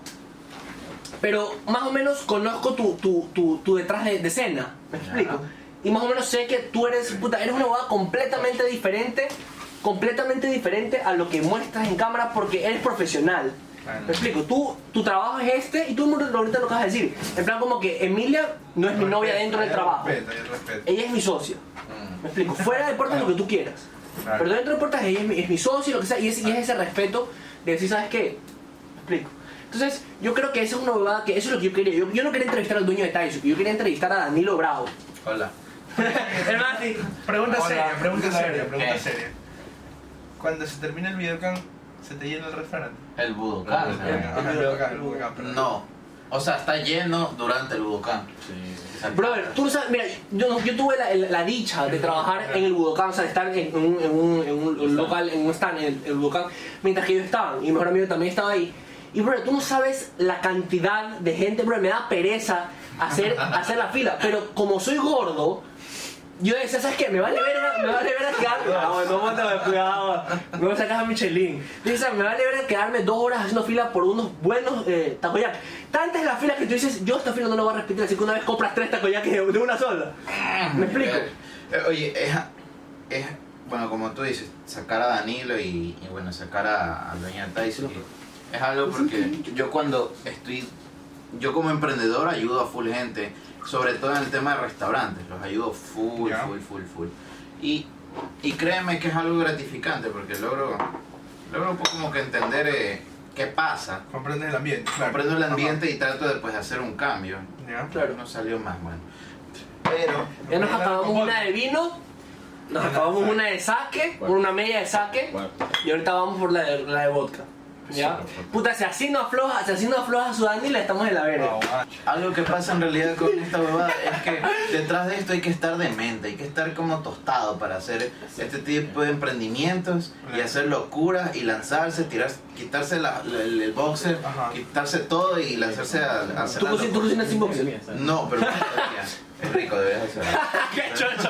A: pero más o menos conozco tu, tu, tu, tu detrás de, de escena. ¿Me explico? Y más o menos sé que tú eres, puta, eres una abogada completamente diferente, completamente diferente a lo que muestras en cámara porque eres profesional.
C: Claro.
A: ¿Me explico? Tú, tu trabajo es este y tú lo- ahorita lo acabas de decir. En plan como que Emilia no es mi novia dentro del trabajo.
C: Respeto, yo respeto.
A: Ella es mi socia.
B: Mm.
A: Me explico, fuera de puertas lo que tú quieras.
C: Claro.
A: Pero dentro de puertas ella es mi, es mi socio, lo que sea, y es, y es ese respeto de decir, ¿sabes qué? Me explico. Entonces, yo creo que esa es una huevada que eso es lo que yo quería. Yo, yo no quería entrevistar al dueño de Taisuki, yo quería entrevistar a Danilo Bravo.
B: Hola.
A: Es más, sí.
C: Pregunta
B: Hola,
C: seria, pregunta
B: hola.
C: seria, pregunta
B: Eh.
C: seria. Cuando se termina el videocam, ¿se te llena el restaurante?
B: El Budokan.
C: Ajá, el Budokan, el Budokan, perdón.
B: No. O sea, está lleno durante el Budokan. Sí.
A: Brother, tú no sabes, mira, yo, no- yo tuve la, la- la dicha de trabajar en el Budokan, o sea, de estar en un, en un- en un local, en un stand, en el, el Budokan, mientras que ellos estaban, y mi mejor amigo también estaba ahí. Y, bro, tú no sabes la cantidad de gente, bro, me da pereza hacer, hacer la fila, pero como soy gordo, yo decía, ¿sabes qué? Me vale verga, me vale verga quedarme. Ah, bueno, mándame, cuidado. Me voy a sacar a Michelin. Dice, "¿Sabes? me vale verga quedarme dos horas haciendo fila por unos buenos eh, takoyaki. Tanta es la fila que tú dices, yo esta fila no la voy a repetir, así que una vez compras tres takoyaki de de una sola. ¿Me explico?
B: Eh, eh, oye, es, es. Bueno, como tú dices, sacar a Danilo y, y, bueno, sacar a, a Doña Tyson. eh, Es algo porque yo cuando estoy. Yo como emprendedor ayudo a full gente, sobre todo en el tema de restaurantes, los ayudo full,
C: Ya.
B: full, full, full. Y, y créeme que es algo gratificante porque logro, logro un poco como que entender eh, qué pasa,
C: Comprendes el ambiente. claro.
B: comprendo el ambiente y trato de pues hacer un cambio.
C: Ajá. Ya.
A: Claro.
B: No salió más bueno. Pero
A: Ya nos acabamos una de vino, nos acabamos una de sake, por una media de sake, y ahorita vamos por la de, la de vodka. ¿Ya? Puta, si así no afloja, si así no afloja su Dani, le estamos en la verga.
C: Wow, ah.
B: Algo que pasa en realidad con esta huevada es que detrás de esto hay que estar demente, hay que estar como tostado para hacer este tipo de emprendimientos y hacer locuras y lanzarse, tirar, quitarse la- la- el, el boxer,
C: Ajá.
B: quitarse todo y lanzarse a, a hacer
A: ¿Tú,
B: la
A: cocin- tú
B: locura.
A: cocinas sin boxeo?
B: No, pero es rico, deberías hacerlo.
A: Ah, ¡Qué chocho!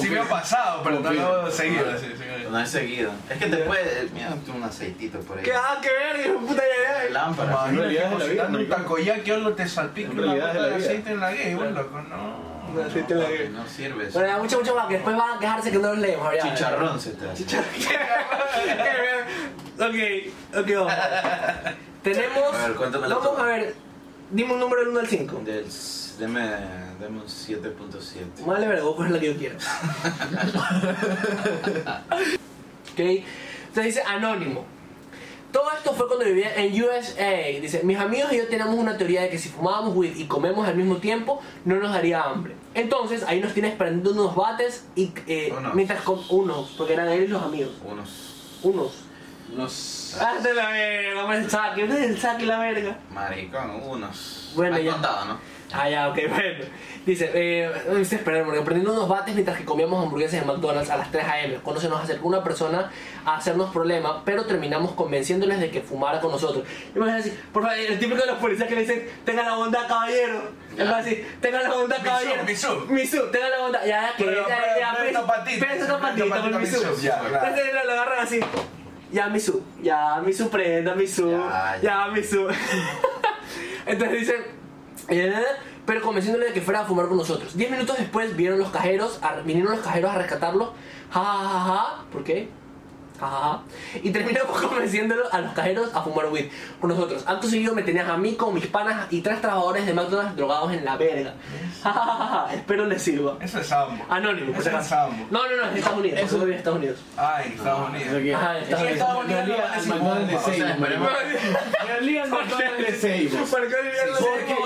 C: Sí me ha pasado, pero no lo he
B: Ah.
C: seguido. sí,
B: No es seguido. Es que te puede, eh, mira, tú un aceitito por ahí.
A: ¿Qué ah, qué verga, hijo de puta ya, ya.
B: Lámpara.
D: En realidad es de la vida,
C: un
D: marico.
C: takoyaki, yo te salpico
D: En
C: una
D: realidad es
C: gota
D: de
C: de
D: la vida.
C: aceite en la gay, buen loco, no.
A: Un aceite en la
B: Papi, No sirve eso.
A: Bueno, ya, mucho, mucho más, que después van a quejarse que no los leemos. ahora ya.
B: Chicharrón se te hace.
A: ok, ok, vamos. Tenemos.
B: A ver, cuéntame la
A: Vamos
B: tuya.
A: a ver, dime un número del 1 al 5.
B: Del, s- deme, deme un 7.7.
A: Vale, verga, voy a poner la que yo quiera. ok, entonces dice anónimo. Todo esto fue cuando vivía en USA. Dice, mis amigos y yo teníamos una teoría de que si fumábamos weed y comemos al mismo tiempo, no nos daría hambre. Entonces, ahí nos tienes prendiendo unos bates y eh,
B: Unos.
A: mientras con unos, porque eran él y los amigos.
B: Unos.
A: Unos.
B: Unos.
A: Hazte la verga, me el saque, me el saque la verga.
B: Maricón, unos.
A: Bueno,
B: Has
A: ya.
B: contado, ¿no?
A: Ah, ya, ok, bueno. Dice, eh, me hice esperar, porque prendiendo unos bates mientras que comíamos hamburguesas en McDonald's a las 3 a.m. Cuando se nos acercó una persona a hacernos problema, pero terminamos convenciéndoles de que fumara con nosotros. Y me así, por favor, el típico de los policías que le dicen, tenga la bondad, caballero.
B: Ya.
A: Es así, tenga la bondad,
C: Mi
A: caballero.
C: sub, mi sub.
A: Mi sub, tenga la bondad. Ya, ya, que
C: Prueba,
A: ya,
C: prueba,
A: ya,
C: prueba
A: pesa-
C: esta patita,
A: pesa esta
C: prueba esta
A: patita,
C: patita,
A: mi
C: mi
A: sub.
C: sub, ya, claro.
A: Entonces lo, lo agarran así. Ya mi sub, ya mi sub, prenda mi sub,
B: Ya, ya.
A: ya mi sub. Entonces dicen, eh, pero convenciéndole de que fuera a fumar con nosotros. Diez minutos después vieron los cajeros, a- vinieron los cajeros a rescatarlo. Ja, ja, ja, ja. ¿Por qué? jajaja. Y terminamos convenciéndolo a los cajeros a fumar weed con nosotros. Acto seguido me tenías a mí con mis panas y tres trabajadores de McDonald's drogados en la verga. Jajaja, espero les sirva.
C: Eso es Sambo.
A: Anónimo, por si
C: Eso
A: acaso.
C: es Sambo.
A: No, no, no, es de Estados Unidos. Eso
D: Eso-
A: es de Estados Unidos.
C: Ay, Estados Unidos.
A: Ajá,
D: Es
A: está
D: que
A: bien.
D: Estados
C: Me
D: Unidos
C: olía
D: no
C: al
D: decimos
C: McDonald's de
D: nada.
B: O sea, esperemos-
D: Me olía al McDonald's de Seibo. Porque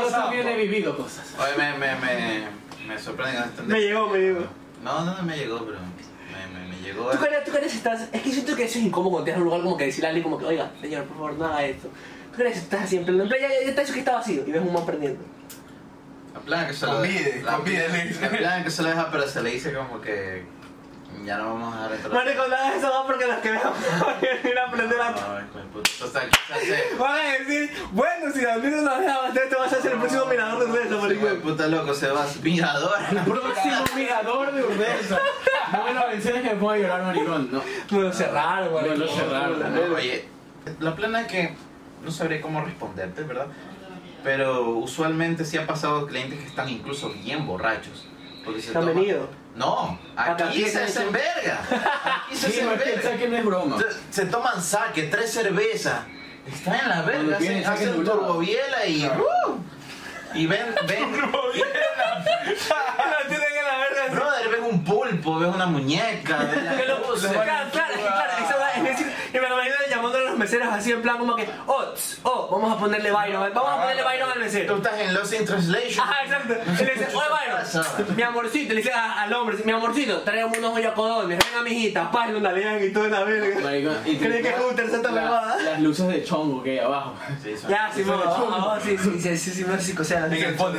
D: yo también he vivido cosas.
B: Oye, me, me, me, me sorprende que no estén de-
A: Me llegó, me llegó.
B: No, no, no me llegó, pero me, me, me llegó.
A: ¿Tú crees, tú crees que estás.? Es que siento que eso es incómodo cuando tienes un lugar como que decirle a alguien, como que, oiga, señor, por favor, no haga esto. ¿Tú crees que estás así en pleno? En plan, ya, ya, ya está eso que está vacío y ves un man prendiendo.
B: En plan que se lo
C: Convide,
B: la-
C: convide, le dice.
B: En plan que se lo deja, pero se le dice como que ya no vamos a dejar entrar.
A: Marico, no hagas eso, no, porque los que vean van a prender a.
B: No, Ah, hijo de puta. O sea, ¿qué se hace?
A: Van a decir, bueno, si David no nos deja avanzar, te vas a hacer el próximo mirador de redes,
B: Hijo de
A: marico.
B: puta loco, se va a su mirador.
D: Próximo mirador de Urdensa. No me lo menciones que me pongo a llorar, maricón. No.
A: No lo cerraron, marico.
D: No lo cerraron.
B: Oye, la plana es que no sabré cómo responderte, ¿verdad? Pero usualmente sí ha pasado clientes que están incluso bien borrachos. Porque se
A: ¿Te han
B: toman-
A: venido?
B: No,
A: Ah,
B: aquí
A: también
B: se
A: se
B: hacen
A: hacen-
B: verga. Aquí se
D: Sí,
B: hacen
D: no es que el
B: verga.
D: saque no es broma.
B: Se- Se toman saque, tres cervezas. Están en la verga,
D: Cuando viene
B: hacen,
D: el saque
B: hacen
D: nublado.
B: turbobiela y. ¡uh! y ven, ven.
A: No tienen en la verga.
B: Brother, ves un pulpo, ves una muñeca, ves la
A: Que lo-
B: cosa.
A: Claro, claro, es que claro, eso da- es decir, y me lo imagino llamando a los meseros así en plan como que, oh, tss, oh, vamos a ponerle Byron, vamos a ponerle Byron al
B: Tú
A: mesero.
B: estás en Lost in Translation.
A: Ajá, exacto. Y le dice, oye Byron, mi amorcito, le dice a- al hombre, mi amorcito, tráigame unos oyacodones, venga mijita, paz, no la lean y toda la verga.
D: Maricón, y
A: Cree que es un tercer
D: la-
A: tapabocas.
D: Las luces de chongo que hay abajo.
B: Sí, son-
A: Ya, sí,
C: Eso
A: mamá,
C: es chulo.
A: ah, ah, sí, sí, sí, sí, sí, no, sí, o sea,
C: En el fondo.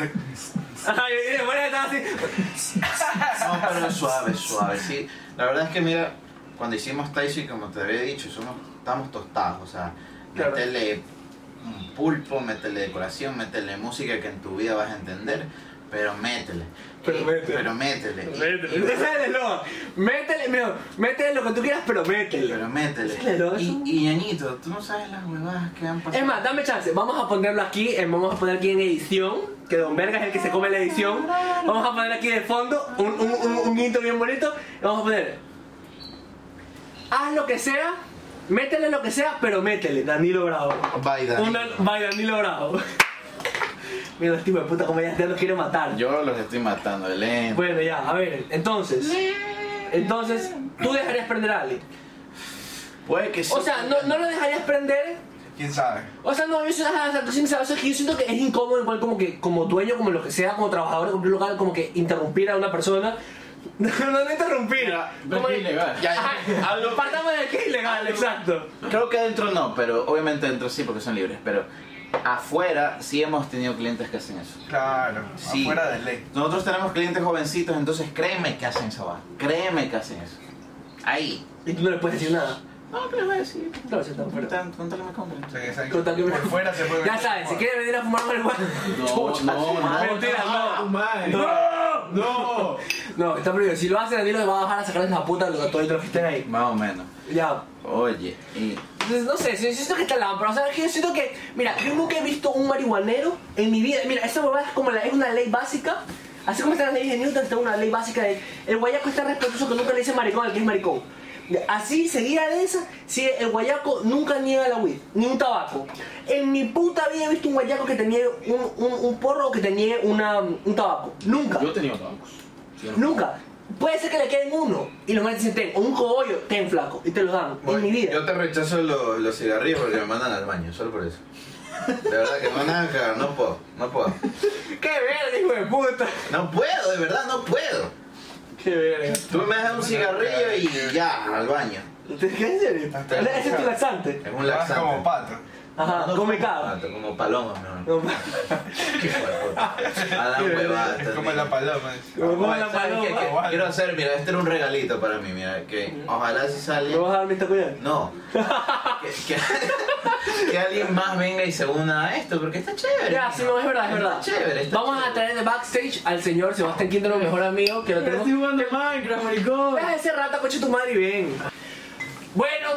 A: Ajá, y le pones estaba así.
B: No, pero suave, suave, sí. La verdad es que mira, cuando hicimos Taisho, y como te había dicho, somos, estamos tostados, o sea,
A: Claro.
B: métele un pulpo, métele decoración, métele música que en tu vida vas a entender, pero métele.
A: Pero
B: Y-
A: métele.
B: Pero métele. Y- y-
A: Ese es el eslogan. Métele, mira, métele lo que tú quieras, pero métele.
B: pero métele.
A: Claro,
B: Y,
A: eso-
B: y ñañito, tú no sabes las huevadas que han pasado.
A: Es más, dame chance, vamos a ponerlo aquí, eh, vamos a poner aquí en edición, que Don Verga es el que se come la edición. Vamos a poner aquí de fondo un, un, un, un intro bien bonito y vamos a poner. Haz lo que sea, métele lo que sea, pero métele, Danilo Bravo.
B: Bye, Danilo.
A: Una, by Danilo Bravo. Mira, este tipo de puta, como ya ya los quiere matar.
B: Yo los estoy matando, Elena.
A: Bueno, ya, a ver, entonces. Entonces, tú dejarías prender a alguien.
B: Puede que sí.
A: O sea, no, no lo dejarías prender
C: ¿Quién sabe?
A: O sea, no, yo soy ajá, o sea, tú sí sabes, o sea, que yo siento que es incómodo igual como que como dueño, como lo que sea, como trabajador de un local, como que interrumpir a una persona. No, no, no interrumpir.
B: Mira,
D: pero
A: Como
D: es
A: que-
D: ilegal.
B: Ya, ya.
A: Ajá, partamos de que es ilegal, exacto.
B: Creo que dentro no, pero obviamente dentro sí porque son libres, pero afuera sí hemos tenido clientes que hacen eso.
C: Claro,
B: Sí.
C: afuera de ley.
B: Nosotros tenemos clientes jovencitos, entonces créeme que hacen esa va. Créeme que hacen eso. Ahí.
A: Y tú no le puedes decir nada.
B: No, pero voy a decir.
A: No, sí, está fuera.
B: Tan- Contale me compren.
C: O sea, que sal-
A: Total, que-
C: por fuera se puede
A: Ya
C: ver.
A: sabes, si quieres venir a fumar marihuana.
D: No,
B: Chucha,
D: no, no.
A: Mentira,
D: Ah,
A: no.
D: madre.
A: No,
D: No.
A: no, está prohibido. Si lo hacen, a ti los va a bajar a sacarles la puta a los a todos los que estén ahí.
B: Más o menos.
A: Ya.
B: Oye, y
A: Entonces, Pues no sé, yo siento que está lámpara. O sea, que yo siento que. Mira, yo nunca he visto un marihuanero en mi vida. Mira, esa huevada es como la, es una ley básica. Así como están las leyes de Newton, está una ley básica de. El guayaco está respetuoso que nunca le dice maricón al que es maricón. Ya, Así, seguida de esa, si el guayaco nunca niega la weed, ni un tabaco. En mi puta vida he visto un guayaco que te niegue un, un, un porro o que te niegue una, un tabaco. Nunca.
D: Yo he tenido tabacos. Sí, no.
A: Nunca. Puede ser que le queden uno y los manes dicen ten, o un cogollo, ten flaco, y te lo dan. en mi vida.
B: Yo te rechazo lo- los cigarrillos porque me mandan al baño, solo por eso. De verdad que no van a cagar, no puedo, no puedo.
A: ¡Qué verga, hijo de puta!
B: No puedo, de verdad, no puedo.
A: ¡Qué verga!
B: Tú me das un cigarrillo y ya, al baño.
A: ¿Te qué en serio?
C: Hasta
A: Ese es tu
C: el-
A: laxante.
B: Es un
C: Vas
B: laxante.
C: como pato.
A: Ajá,
B: No, no
A: come
B: como
A: cabra.
B: pato, Como paloma,
A: No,
B: mejor.
A: pa-
B: Qué huevota. A la huevada,
C: Es como
B: también.
C: la paloma. dice.
A: Como
B: Oye,
A: la
B: ¿sabes qué?
A: paloma.
B: Que- Quiero hacer, mira, este era un regalito para mí, mira, que ojalá si sale.
A: ¿Me vas a dar mi tacuya?
B: No. que, que- que alguien más venga y se una a esto, porque está chévere.
A: Ya, sí, no, es verdad, es verdad.
B: Está chévere, está
A: Vamos a
B: chévere.
A: traer de backstage al señor Sebastián Quintero, mejor amigo, que lo
D: Pero
A: tenemos.
D: estoy jugando Minecraft, maricón.
A: Deja ese rato, coche tu madre y ven. Bueno,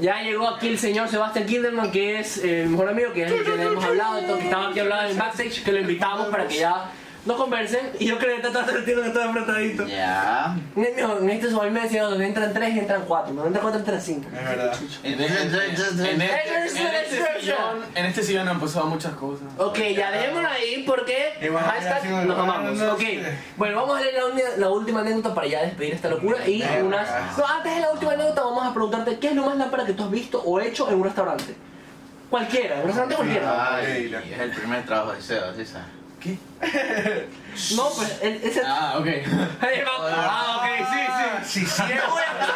A: ya llegó aquí el señor Sebastián Kinderman, que es el mejor amigo, que es el que le hemos hablado, que estaba aquí hablando en backstage, que lo invitamos para que ya no conversen y yo creo que está todo el tiempo que todo enfrentadito.
B: Ya.
A: Ne- no, En este suave me decía, donde entran tres, entran cuatro, donde entran cuatro, entran cinco.
C: Es verdad.
B: En- en- en- este, en- en-
A: Esa es Oh. una excepción.
D: En este sillón han pasado muchas cosas.
A: Ok, ya dejémoslo ahí porque
C: Igual,
A: hashtag
C: ya, sí,
A: nos
C: no,
A: amamos.
C: no, no,
A: ok,
C: sí.
A: bueno, vamos a leer la, uni- la última anécdota para ya despedir esta locura y
C: Venga.
A: unas... No, antes de la última anécdota vamos a preguntarte qué es lo más lámpara que tú has visto o hecho en un restaurante. Cualquiera, un restaurante cualquiera.
B: Ay, es el primer trabajo de Seba, ¿sí sabes?
A: No, pues el- ese...
D: Ah, ok.
A: Ahí va. Ah, ok, sí, sí.
C: Sí, sí.
A: Ya voy a-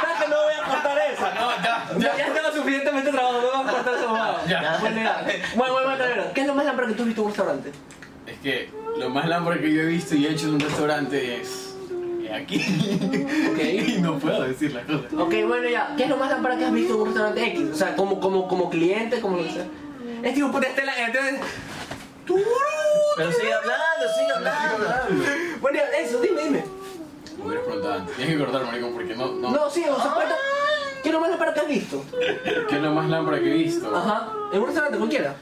A: Creo que no voy a cortar eso. ya, ya estaba suficientemente trabajando, no voy a cortar eso. mamá.
D: Ya.
A: Bueno, pues, mira, bueno, bueno, bueno, bueno, ¿Qué es lo más lámpara que tú has visto en un restaurante?
D: Es que lo más lámpara que yo he visto y he hecho en un restaurante es. es aquí.
A: Ok.
D: y no puedo decir la cosa.
A: Ok, bueno, ya. ¿Qué es lo más lámpara que has visto en un restaurante X? O sea, como, como, como cliente, como lo que sea. Es tipo puta este estela. entonces-
B: Pero sigue hablando, sigue hablando.
A: Bueno, ya, eso, dime, dime.
D: Me hubieras preguntado antes. Tienes que cortar, maricón, porque no. no.
A: No, sí, o sea, cuenta. ¿Qué es lo más lámpara que has visto?
D: ¿Qué es lo más lámpara que he visto?
A: Ajá. En un restaurante cualquiera.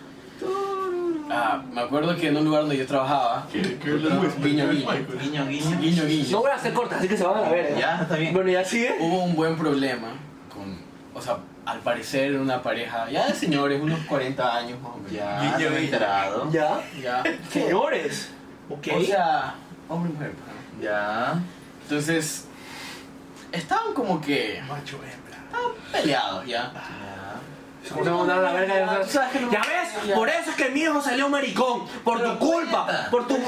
D: Ah, me acuerdo que en un lugar donde yo trabajaba. guiño, guiño.
B: Guiño, guiño.
D: Guiño,
A: No
D: guiño.
A: voy a hacer cortas, así que se van a la verga.
B: Ya, está bien.
A: Bueno, ya sigue.
D: Hubo un buen problema con. O sea, al parecer una pareja ya de señores, unos 40 años más o menos.
B: Ya,
C: Guiño,
B: te he
C: guiño.
B: enterado.
A: Ya.
D: Ya.
A: Señores. Ok.
D: O sea, hombre y mujer. pues, ¿no?
B: Ya.
D: Entonces, estaban como que
C: Macho hembra.
D: peleados
A: Ah,
B: Ya.
D: ya.
A: No, no, la verga, ya
D: ¿Sabes qué?
A: ¿Ya ves?
D: Ya.
A: Por eso es que mi hijo salió maricón. Por tu culpa. Por tu.
B: No,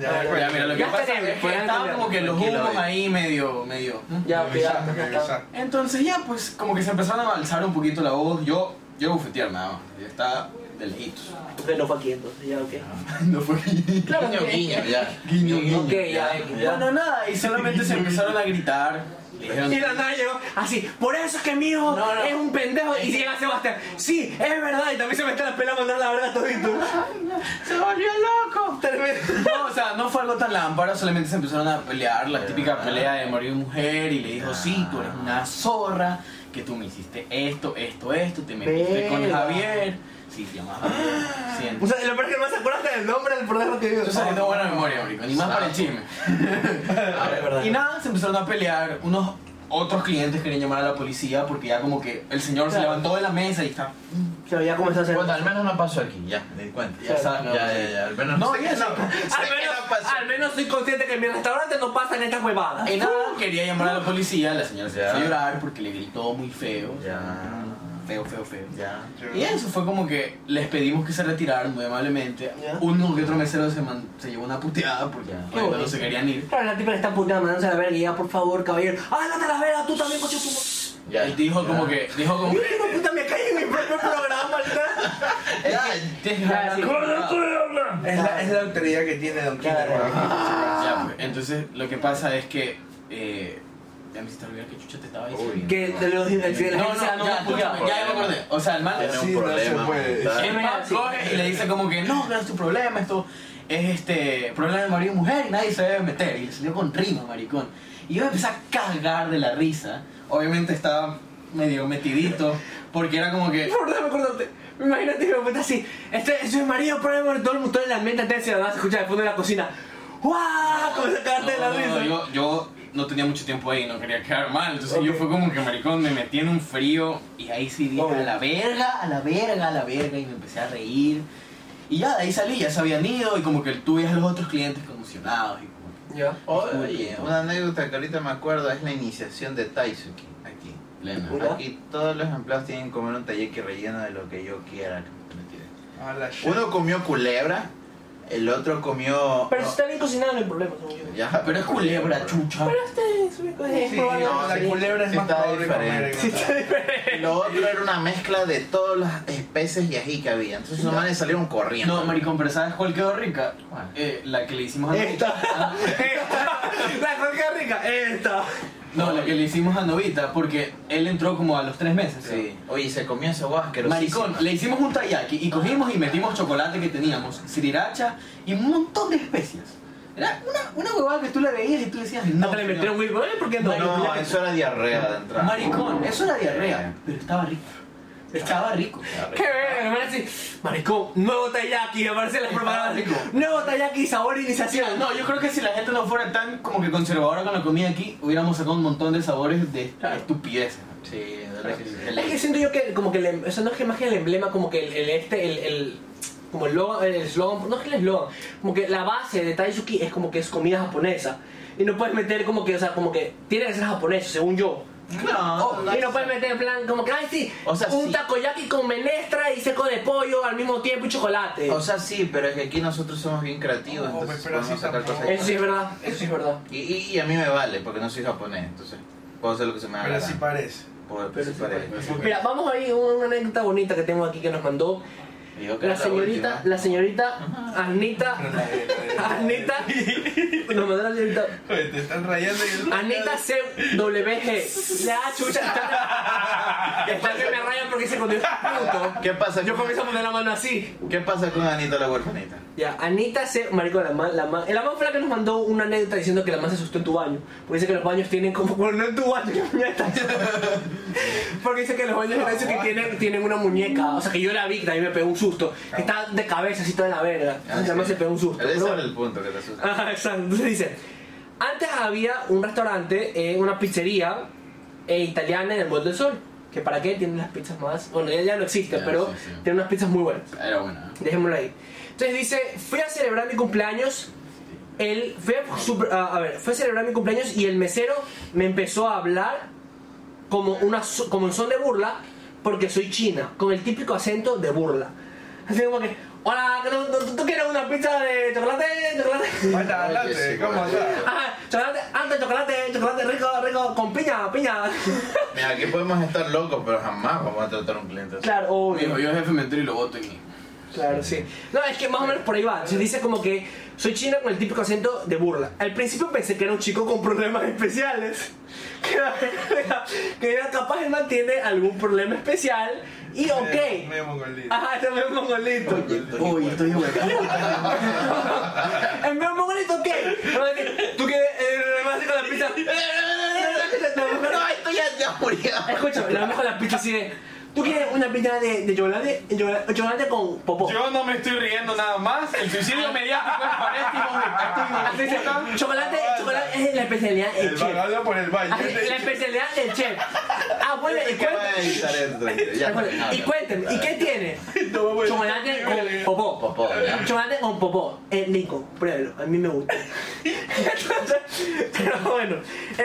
C: Ya,
D: Ya, mira, lo que
A: Ya
D: pasa
A: tenemos,
D: es que
A: pues, ya
D: estaban
A: tenemos.
D: como que los
B: Tranquilo,
D: humos
B: eh.
D: ahí medio, medio. ¿no?
A: Ya,
C: Me
A: pues, ya,
C: avisaste, me
A: ya está.
C: avisaste.
D: Entonces ya, pues, como que se empezaron a alzar un poquito la voz. Yo, yo bufetear nada más. Ya está de lejitos.
A: Porque no fue aquí entonces, ya, ok.
D: No fue
A: Claro,
B: Guiño, guiño, ya.
D: Guiño,
A: guiño. Ok, ya, ya.
D: Bueno, nada, y solamente se empezaron a gritar. Le dijeron-
A: Y la nada llegó así, por eso es que mi hijo
D: No, no.
A: es un pendejo. Y llega Sebastián, sí, es verdad. Y también se me está la pela a mandar la verdad todito.
D: ¡Se volvió loco! No, o sea, no fue algo tan lámpara, solamente se empezaron a pelear, la típica pelea de marido y mujer, y le dijo, sí, tú eres una zorra, que tú me hiciste esto, esto, esto, te metiste con
A: Verga.
D: Javier. Sí, se llama Javier, siento.
A: O sea, lo peor es que no se acuerda hasta del nombre del problema que vive.
D: Tú sabes que tengo buena memoria, marico, ni más para el chisme.
A: Ah,
D: Y nada, se empezaron a pelear, unos otros clientes querían llamar a la policía porque ya como que el señor se
A: Claro.
D: levantó de la mesa y está...
A: Se ya comenzó a hacer.
B: Bueno, al menos no pasó aquí, ya, me di cuenta.
D: Ya sabes,
B: Ya, ya, ya, al menos
D: No,
B: sé
D: ya
B: que
D: sé.
B: sé
A: Al
B: que
A: menos,
B: no pasó.
A: al menos soy consciente que en mi restaurante no pasan estas huevadas.
D: Y nada, quería llamar a la policía, la señora se
B: Ya.
D: empezó a llorar porque le gritó muy feo.
B: Ya.
D: Feo, feo, feo.
B: Ya.
D: Y eso fue como que les pedimos que se retiraran muy amablemente.
A: Ya.
D: Uno que otro mesero se, man- se llevó una puteada porque
B: Ya.
D: bueno, no se querían ir.
A: Claro, la tipa le está puteando, mandándose a la verga. Y ya, por favor, caballero, hágate la verga, tú también, coche tu.
B: Ya.
D: Y dijo como que, dijo como que,
A: Hijo de puta, me caí en mi propio programa, maldita.
B: Ya,
D: tienes que
A: Ya,
D: hablar
A: sí.
D: con la-
C: Es la, es la autoridad que tiene Don Quijote.
A: Claro.
D: Ya, pues, entonces lo que pasa es que, eh, ya me hiciste olvidar que chucha te estaba diciendo.
A: Que de los de la gente
D: No, no,
A: sea, no,
D: ya, escúchame, ya me acordé. O sea, el man,
B: Tiene
C: Sí,
B: un
C: no
B: problema.
C: se puede.
B: mental.
D: El man
A: Sí.
D: coge y le dice como que no, no es tu problema, esto es este problema de marido y mujer y nadie se debe meter. Y le salió con rima, maricón. Y yo me empecé a cagar de la risa. Obviamente estaba medio metidito porque era como que...
A: Por favor, acordate. Me imagino tío, me cuenta así. Este es mi marido, pero amor, todo el mundo en la ambiente antes se vas a escuchar de fondo de la cocina. ¡Guau! Como se cagarte de la
D: No, no, no,
A: risa.
D: yo, yo no tenía mucho tiempo ahí, no quería quedar mal. Entonces yo fue como que maricón, me metí en un frío y ahí sí dije
A: Oh.
D: a la verga, a la verga, a la verga y me empecé a reír. Y ya de ahí salí, ya se habían ido y como que tú veías a los otros clientes conmocionados y como que
A: Ya.
B: Oye, una anécdota que ahorita me acuerdo es la iniciación de Taisuki aquí.
D: plena.
A: Una-
B: Aquí todos los empleados tienen que comer un tayaki relleno de lo que yo quiera.
C: A la shit.
B: Uno comió culebra, el otro comió.
A: Pero si
B: no,
A: está bien cocinado, no hay problema, según yo.
B: ya,
D: Pero es culebra, chucha.
A: Pero este es mi
C: Sí, no, la culebra es
B: Sí,
C: más
B: está
C: probable comer.
B: diferente. Lo otro era una mezcla de todas las especies y ají que había. Entonces los manes salieron corriendo.
D: No, maricón, pero ¿sabes cuál quedó rica?
B: ¿Cuál?
D: Eh, la que le hicimos a
A: Esta.
D: Ah,
A: La cosa rica, esta.
D: No, la que le hicimos a Novita, porque él entró como a los tres meses. creo.
B: Sí. Oye, se comió ese guasquero.
D: Maricón, le hicimos un taiyaki y cogimos y metimos chocolate que teníamos, sriracha y un montón de especias. Era una, una huevada que tú la veías y tú decías, no.
A: No le metieron
D: señor.
A: un whip, ¿eh? ¿Por qué no?
B: No, eso era diarrea de entrada.
D: Maricón, eso era diarrea, pero estaba rico. Estaba rico.
A: Qué verga, me parece así, maricón, nuevo Taiyaki, me aparecen las
D: Está
A: propagandas.
D: rico.
A: Nuevo Taiyaki, sabor
D: Sí,
A: iniciación.
D: no, yo creo que si la gente no fuera tan como que conservadora con la comida aquí, hubiéramos sacado un montón de sabores de
A: Claro.
D: estupideces. man. Sí, de verdad que sí.
A: Es que siento yo que como que el, em- o sea, no es que más que el emblema, como que el, el este, el, el como el logo- el eslogan, no es que el eslogan, como que la base de Taiyuki es como que es comida japonesa. Y no puedes meter como que, o sea, como que tiene que ser japonés, según yo.
B: No,
A: Oh,
B: no,
A: y no puedes meter en plan como que, ay sí,
B: O sea,
A: un
B: sí.
A: takoyaki con menestra y seco de pollo al mismo tiempo y chocolate.
B: O sea, sí, pero es que aquí nosotros somos bien creativos,
C: No,
B: entonces
C: pero
B: podemos
C: así
B: sacar
C: tampoco.
B: cosas.
A: eso sí es verdad, eso sí es verdad.
B: Y, y, y a mí me vale, porque no soy japonés, entonces puedo hacer lo que se me haga.
C: Pero
B: la
C: sí
B: gana.
C: parece.
B: Puedo-
A: Pero
B: sí
A: sí
B: parece.
A: parece. Mira, vamos a ir a una anécdota bonita que tengo aquí que nos mandó
B: Digo que
A: la
B: es
A: señorita,
B: última.
A: la señorita Anita, Anita, nos mandó la señorita
C: Oye, Te están rayando y el-
A: Anita CWG. Ya, chucha, está- está que me rayan porque se contigo punto.
B: ¿Qué pasa?
A: Yo
B: con-
A: comienzo a poner la mano así.
B: ¿Qué pasa con Anita la huerfanita?
A: Ya, Anita se. Marico, la man, la man. La man fue la que nos mandó una anécdota diciendo que la man se asustó en tu baño. Porque dice que los baños tienen como. Bueno, no en tu baño, puñeta. Porque dice que los baños parece que tienen, tienen una muñeca. O sea, que yo la vi, que también me pegó un susto. Que está de cabeza, así toda la verga.
B: Ah,
A: la man
B: sí.
A: se pegó un susto.
B: Ese
A: pero
B: era
A: bueno.
B: el punto que te asusta.
A: Ajá, exacto. Entonces dice, antes había un restaurante, eh, una pizzería eh, italiana en el Bol del Sol. Que para qué tienen las pizzas más... Bueno, ya, ya no existe,
B: Ya,
A: pero
B: sí, sí.
A: tiene unas pizzas muy buenas.
B: Era buena. ¿eh?
A: Dejémoslo ahí. Entonces dice, fui a celebrar mi cumpleaños. El, fui a, super- a- a ver, fui a celebrar mi cumpleaños y el mesero me empezó a hablar como, una, so- como en son de burla porque soy china, con el típico acento de burla. Así como que, hola, ¿tú, tú, tú quieres una pizza de chocolate? ¿Chocolate?
C: Vaya,
B: Oye,
C: adelante,
B: sí,
C: ¿cómo
B: bueno.
C: está?
A: Ajá, chocolate, alto chocolate, chocolate rico, rico, con piña, piña.
B: Mira, aquí podemos estar locos, pero jamás vamos a tratar a un cliente así.
A: Claro,
D: Me dijo,
A: obvio.
D: yo jefe me entero y lo voto en mí.
A: Claro, sí. No, es que más o menos por ahí va. Se dice como que soy china con el típico acento de burla. Al principio pensé que era un chico con problemas especiales. Que, que era capaz el man tiene algún problema especial. Y
C: Eh, Me-
A: Ah, ok. Ah,
C: me mongolito.
A: Ajá, se ve mongolito.
D: Uy, estoy huevón.
A: En vez de mongolito, ok. No, es que Tú que eh, me vas a hacer con la pizza.
B: No, esto ya, ya murió.
A: Escucha, la mejor la pizza así de. ¿Tú quieres una pizza de, de chocolate, chocolate, chocolate con popó?
C: Yo no me estoy riendo nada más. El suicidio mediático es para este hijo
A: Así
C: de-
A: dice,
C: este hijo de puta.
A: chocolate, chocolate es la especialidad
C: El
A: del chef.
C: vagabundo por el baño.
A: Así, Ah, La especialidad del chef. Ah, bueno, y
B: Este que va a
A: cuéntame.
B: editar esto, tranquilo, ya.
A: Y cuéntame, ¿y qué tiene?
C: No me voy a-
A: Chocolate con popó.
B: Popó, ya.
A: Chocolate con popó. Es rico, pruébelo, a mí me gusta. Entonces, pero bueno,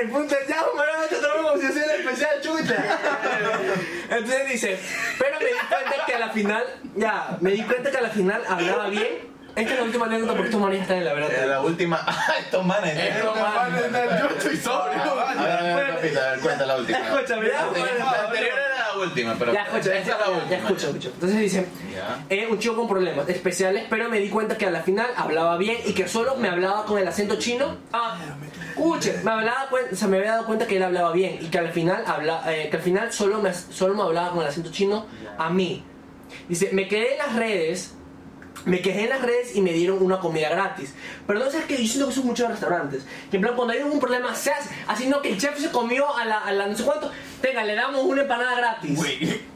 A: el punto es ya, hombre, no te tomamos como si fuera especial, chuta. Entonces dice, pero me di cuenta que a la final, ya, me di cuenta que a la final hablaba bien. Esta es la última anécdota porque estos manes ya están en la
B: Eh,
A: verdad.
B: La última. Ah, estos manes.
A: Esto-
C: Pero, man, Yo estoy sobrio.
B: A ver, a ver,
A: Bueno,
B: papita, a ver, cuenta la última.
A: Escúchame, ya, bueno,
B: La anterior era la última, pero.
A: Ya escucho,
B: esta es la
A: ya,
B: última.
A: ya escucho, escucho. Entonces dice,
B: Ya.
A: eh, un chico con problemas especiales, pero me di cuenta que a la final hablaba bien y que solo me hablaba con el acento chino. Ah, escuche, me hablaba, cuen- o sea, me había dado cuenta que él hablaba bien y que al final habla, eh, que al final solo me, solo me hablaba con el acento chino a mí. Dice, me quedé en las redes. Me quejé en las redes y me dieron una comida gratis. Pero no sabes que yo siento que son muchos restaurantes. Que en plan, cuando hay algún problema, se hace. Así no que el chef se comió a la, a la no sé cuánto. Venga, le damos una empanada gratis.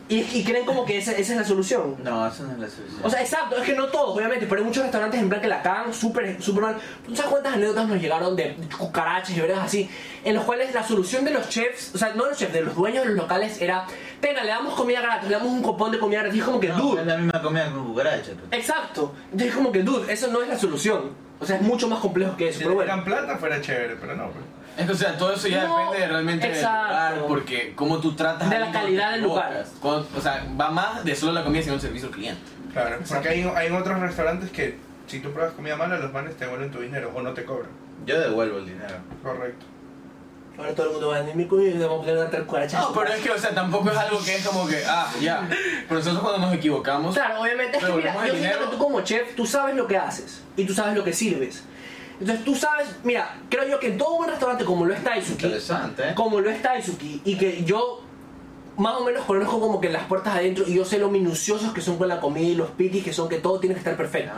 A: Y, y creen como que esa, esa es la solución.
B: No, eso no es la solución.
A: O sea, exacto, es que no todos, obviamente, pero hay muchos restaurantes en plan que la cagan súper, súper mal. ¿Tú sabes cuántas anécdotas nos llegaron de cucarachas y vergas así? En los cuales la solución de los chefs, o sea, no de los chefs, de los dueños de los locales era: Venga, le damos comida gratis, le damos un copón de comida gratis. Y es como que,
B: No,
A: dude.
B: es la misma comida con cucaracha. pues.
A: Exacto. Entonces es como que, dude, eso no es la solución. O sea, es mucho más complejo que eso.
C: Si
A: Pero
C: tuvieran
A: bueno.
C: plata fuera chévere, pero no. pues.
D: Es que, o sea, todo eso ya
A: No,
D: depende de realmente
A: exacto.
D: del lugar, porque cómo tú tratas a
A: De la
D: alguien
A: calidad
D: cuando te
A: del lugar.
D: equivocas. Cuando- o sea, va más de solo la comida, sino el servicio al cliente.
C: Claro, porque hay, hay otros restaurantes que si tú pruebas comida mala, los manes te devuelven tu dinero o no te cobran.
B: Yo devuelvo el dinero.
C: Correcto.
A: Ahora todo el mundo va a venir mi cuño y le vamos a poner una tres cucarachas.
D: No, pero es que, o sea, tampoco es algo que es como que, ah, ya. Pero nosotros cuando nos equivocamos,
A: Claro, obviamente. Es que
D: Pero
A: mira,
D: volvemos
A: yo
D: al
A: siento que
D: dinero.
A: tú como chef, tú sabes lo que haces y tú sabes lo que sirves. Entonces tú sabes, mira, creo yo que en todo buen restaurante como lo es Taisuki,
B: Interesante, ¿eh?
A: como lo es Taisuki, y que yo más o menos conozco como que las puertas adentro y yo sé lo minuciosos que son con la comida y los piquis que son que todo tiene que estar perfecto.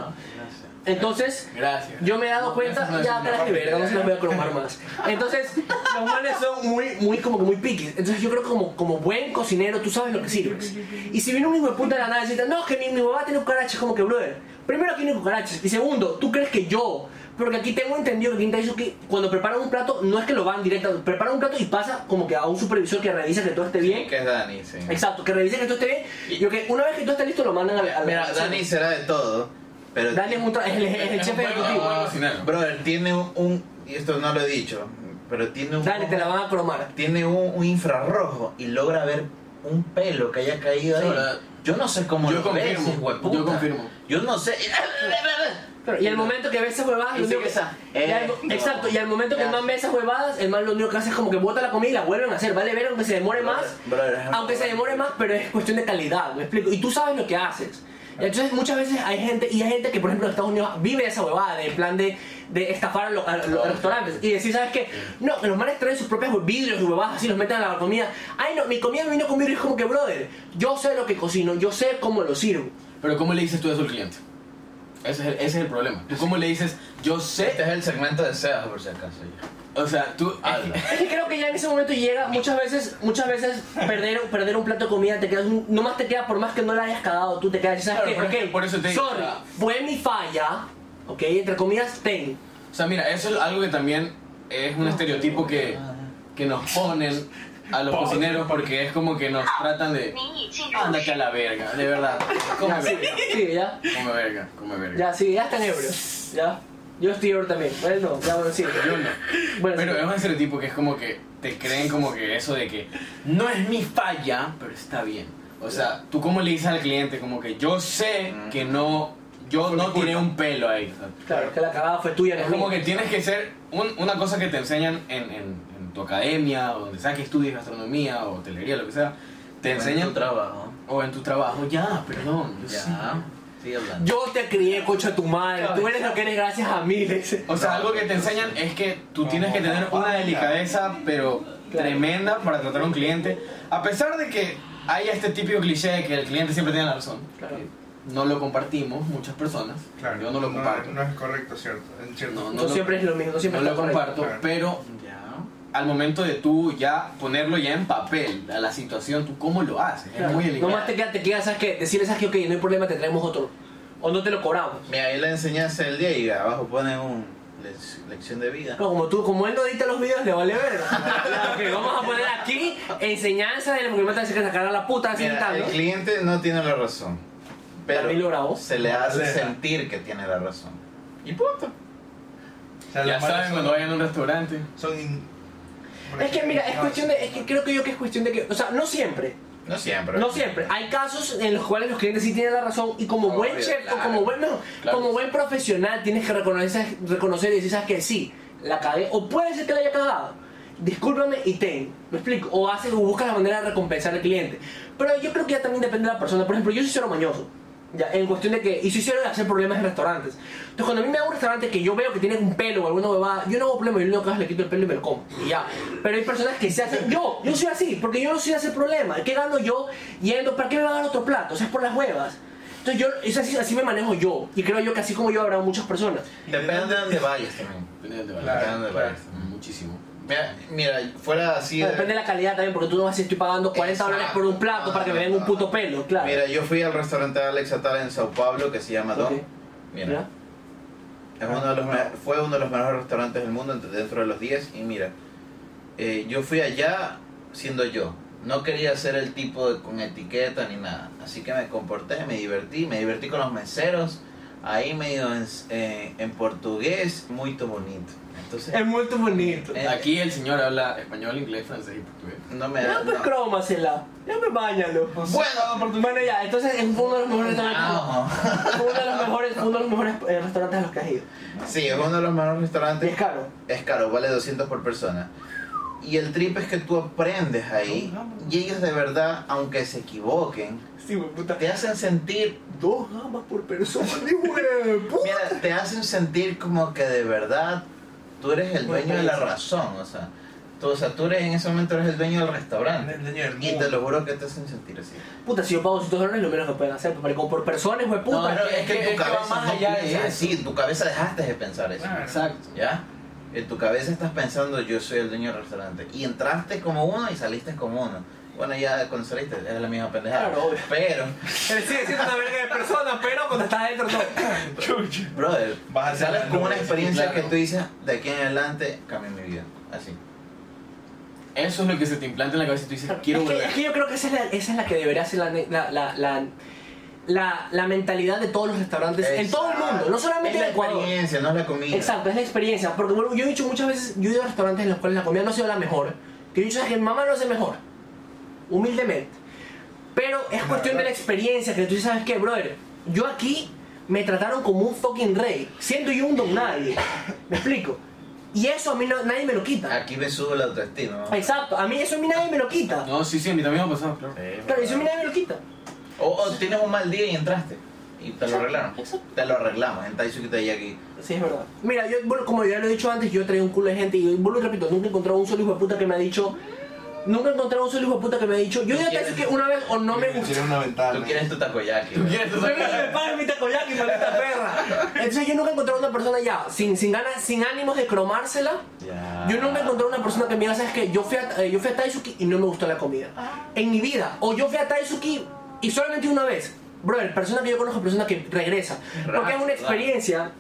A: Entonces,
D: Ah, Gracias.
A: yo me he dado
D: No,
A: cuenta,
D: eso no es
A: ya
D: una
A: para que
C: familia.
A: verga, no se las voy a cromar más. Entonces, los manes son muy, muy, como que muy piquis. Entonces, yo creo que como, como buen cocinero, tú sabes lo que sirves. Y si viene un hijo de puta de la nada y dice, no, es que mi, mi mamá tiene cucarachas, como que, brother, primero tiene cucarachas. Y segundo, tú crees que yo, porque aquí tengo entendido que Quinta hizo que cuando preparan un plato, no es que lo van directo, preparan un plato y pasa como que a un supervisor que revisa que todo esté bien.
B: Que es Dani, sí.
A: Exacto, que revise que todo esté bien. Y que una vez que todo esté listo, lo mandan a la. a la-
B: Mira, Dani será de todo, pero...
A: Dani es, un tra- es el, es el jefe ejecutivo.
B: Brother, tiene un, un- Y esto no lo he dicho, pero tiene un...
A: Dani, te la van a cromar.
B: Tiene un, un infrarrojo y logra ver un pelo que haya caído
D: Sí,
B: ahí.
D: ¿verdad?
B: Yo no sé cómo
D: Yo
B: lo
D: confirmo,
B: ves, hueputa.
D: yo confirmo.
B: Yo no sé...
A: Claro, y al momento que ve esas huevadas,
B: Y
A: lo único
B: sigue
A: que-
B: esa.
A: y al-
B: Eh, no.
A: Exacto, y al momento que el man ve esas huevadas, el man lo único que hace es como que bota la comida y la vuelven a hacer. Vale, ver, aunque se demore más.
B: Brother, es un-
A: Aunque se demore más, pero es cuestión de calidad, ¿me explico? Y tú sabes lo que haces. Y Entonces muchas veces hay gente, y hay gente que por ejemplo en Estados Unidos vive esa huevada de en plan de, de estafar a los, a los restaurantes y decir, ¿sabes qué? No, que los manes traen sus propios vidrios y huevadas así, los meten a la comida. Ay no, mi comida me vino con vidrio es como que, brother, yo sé lo que cocino, yo sé cómo lo sirvo.
D: Pero ¿cómo le dices tú eso al cliente? Ese es el, ese es el problema. ¿Tú cómo le dices, yo
B: Este
D: sé?
B: es el segmento de Sebas, por si acaso.
D: O sea, tú... ah,
B: Habla.
A: Es que creo que ya en ese momento llega, muchas veces, muchas veces perder, perder un plato de comida te quedas, un- nomás te queda, por más que no la hayas cagado, tú te quedas, ¿sabes qué?
D: Claro, por eso-
A: Ok,
D: por eso te digo,
A: sorry,
D: o sea-
A: fue mi falla, ok, entre comillas, ten.
D: O sea, mira, eso es algo que también es un estereotipo que, que nos ponen a los cocineros porque es como que nos tratan de...
E: 您已进入
D: Ándate a la verga, de verdad. Come
A: Ya, sí,
D: verga,
A: sí, ya,
D: come verga, come verga.
A: ya, sí, ya están ebrios, ya. Yo estoy ebrio también, bueno, no, ya, bueno, sí.
D: Yo no.
A: Bueno,
D: Pero eh,
A: sí.
D: es un estereotipo que es como que te creen como que eso de que no es mi falla, pero está bien. O sea, tú como le dices al cliente como que yo sé que no, yo no tiré un pelo ahí.
A: Claro, que la cagada fue tuya, no
D: Es como que tienes que ser un- una cosa que te enseñan en, en- en tu academia o donde sea que estudies gastronomía o hotelería, lo que sea. Te enseñan
B: trabajo.
D: o en tu trabajo. Ya, perdón. yo sé.
B: Ya. Sigue hablando.
A: Yo te crié, cocha tu madre,
D: Claro,
A: tú eres lo que eres gracias a mí, le dice.
D: O sea, algo que te enseñan es que tú tienes que tener una delicadeza, pero
A: Claro.
D: tremenda, para tratar a un cliente. A pesar de que haya este típico cliché de que el cliente siempre tiene la razón.
A: Claro.
D: No lo compartimos muchas personas.
C: Claro,
D: Yo no lo comparto.
C: No, es correcto, cierto. En cierto.
D: No,
A: No, siempre es lo mismo, no siempre
D: no
A: está
D: lo
A: correcto.
D: comparto,
C: Claro.
D: pero al momento de tú ya ponerlo ya en papel, a la situación, tú cómo lo haces.
A: Claro.
D: Es muy delicado.
A: Nomás te queda, te queda, ¿sabes qué? Decirle, ¿sabes qué? Ok, no hay problema, te traemos otro. O no te lo cobramos.
B: Mira, ahí la enseñanza del día y abajo pone un lec- lección de vida.
A: No, como tú, como él no edita los videos, le vale ver. Ok, vamos a poner aquí enseñanza de porque me parece que sacar a la puta así
B: Mira,
A: tal,
B: el
A: ¿no?
B: cliente no tiene la razón,
A: Camilo
B: pero
A: Bravo.
B: se le hace
C: Aleja.
B: sentir que tiene la razón. Y punto.
C: O sea,
D: Ya
C: los manes
D: saben
C: son-
D: cuando vayan a un restaurante.
C: Son. in-
A: Es que mira, es cuestión de, es que creo que yo que es cuestión de que, o sea, no siempre,
B: No siempre.
A: no siempre. Hay casos en los cuales los clientes sí tienen la razón y como buen
B: Obvio,
A: chef o
B: Oh, claro.
A: como buen, no,
D: Claro.
A: como buen profesional tienes que reconocer, reconocer y decir, ¿sabes qué? Sí, la cagué, o puede ser que la haya cagado. Discúlpame y ten, me explico, o haces o buscas la manera de recompensar al cliente. Pero yo creo que ya también depende de la persona. Por ejemplo, yo soy cero mañoso. Ya, en cuestión de que, y soy cero de hacer problemas en restaurantes. Entonces, cuando a mí me da un restaurante que yo veo que tiene un pelo o alguna huevada, yo no hago problema, yo lo que hago es le quito el pelo y me lo como. Y ya. Pero hay personas que se hacen. Yo, yo soy así, porque yo no soy de hacer problema. ¿Qué gano yo yendo? ¿Para qué me va a dar otro plato? O sea, es por las huevas. Entonces, yo, es así, así me manejo yo. Y creo yo que así como yo habrá muchas personas.
B: Depende de dónde vayas también.
D: Depende de dónde vayan.
C: Claro,
B: Depende de dónde
C: claro.
B: vayas.
D: Muchísimo.
B: Mira, mira, fuera así. de-
A: Depende de la calidad también, porque tú no vas a decir, estoy pagando 40 dólares por un plato para que me den un puto pelo, claro.
B: Mira, yo fui al restaurante de Alex Atal en Sao Paulo que se llama Don.
A: Ok.
B: Mira, es uno de los me- fue uno de los mejores restaurantes del mundo entre- dentro de los 10. Y mira, eh, yo fui allá siendo yo. No quería ser el tipo de- con etiqueta ni nada. Así que me comporté, me divertí, me divertí con los meseros. Ahí medio en, eh, en portugués, muy bonito. Entonces,
A: Es muy bonito.
B: Eh,
D: Aquí el señor habla español, inglés, francés y portugués.
B: no me
A: Ya pues
B: no.
A: crómasela, ya me bañalo.
C: Pues,
B: Bueno,
A: Bueno, ya, entonces es uno de los mejores restaurantes.
B: Ah, no.
A: fue Uno de los mejores, fue uno de los mejores eh, restaurantes a los que has ido.
B: oh. Sí, es uno de los mejores
A: Y es
B: restaurantes.
A: caro.
B: Es caro, vale 200 por persona. Y el trip es que tú aprendes ahí y ellos de verdad, aunque se equivoquen,
A: Sí, güey, puta.
B: te hacen sentir,
A: Dos gamas por persona, güey. puta.
B: mira, te hacen sentir como que de verdad tú eres el dueño de la razón, o sea, tú, o sea, tú eres en ese momento eres el dueño del restaurante.
C: El dueño del
B: Y
C: mundo.
B: te lo juro que te hacen sentir así.
A: Puta, si yo pago 200 dólares, lo menos que pueden hacer. Pero como por personas, güey, puta.
D: No, pero
B: es que,
D: es
B: en
D: que
B: tu
D: va
B: cabeza
D: más
B: no
D: allá de
B: piensas
D: eso.
B: así, en tu cabeza dejaste de pensar eso.
C: Claro.
D: Exacto.
B: ¿Ya? En tu cabeza estás pensando, yo soy el dueño del restaurante. Y entraste como uno y saliste como uno. Bueno, ya cuando saliste es la misma pendejada.
A: Claro, obvio.
B: Pero,
A: Él sigue siendo una verga de persona, pero cuando estás adentro no.
C: Chucha.
B: brother,
C: Vas a hacer
B: sales
C: la
B: con una
C: nube,
B: experiencia
D: claro.
B: que tú dices, de aquí en adelante cambió mi vida. Así.
D: Eso es lo que se te implanta en la cabeza y tú dices, quiero
A: Es que,
D: volver.
A: es que yo creo que esa es la, esa es la que debería ser la, ne- la, la, la, la, la mentalidad de todos los restaurantes en todo el mundo, no solamente
B: es
A: en
B: la
A: Ecuador.
B: experiencia, no es la comida.
A: Exacto, es la experiencia. Porque bueno, yo he dicho muchas veces, yo he ido a restaurantes en los cuales la comida no ha sido la mejor. Que yo he dicho, "Sabes que mi mamá no hace mejor. Humildemente. Pero es cuestión de la experiencia, que tú dices, sabes qué, brother, yo aquí me trataron como un fucking rey, siendo yo un don nadie. ¿Me explico? Y eso a mí no- nadie me lo quita.
B: Aquí me sube la autoestima. ¿no?
A: Exacto, a mí eso a mí nadie me lo quita.
D: No, sí, sí, a mí también me ha pasado, claro.
B: Sí,
A: Claro, eso a mí
B: ¿verdad?
A: nadie me lo quita.
B: o, o tienes un mal día y entraste. Y te lo arreglaron.
A: Exacto.
B: Te lo arreglamos. En Taisuki te aquí.
A: Sí, es verdad. Mira, yo, bueno, como ya lo he dicho antes, yo he traído un culo de gente y vuelvo y repito, nunca he encontrado un solo hijo de puta que me ha dicho. Nunca he encontrado un solo hijo de puta que me ha dicho. Yo ya te dije que una vez o no me gusta.
C: Tienes una ventana.
B: Tú quieres tu takoyaki. ¿verdad?
A: Yo creo que me pagan mi takoyaki, maldita perra. Entonces yo nunca he encontrado una persona ya, sin, sin ganas, sin ánimos de cromársela.
B: Ya.
A: Yo nunca he encontrado una persona que me diga, sabes que yo fui a, eh, yo fui a Taisuki y no me gustó la comida. En mi vida. O yo fui a Taisuki y solamente una vez. Brother, persona que yo conozco, persona que regresa. Porque es
B: Claro.
A: una experiencia.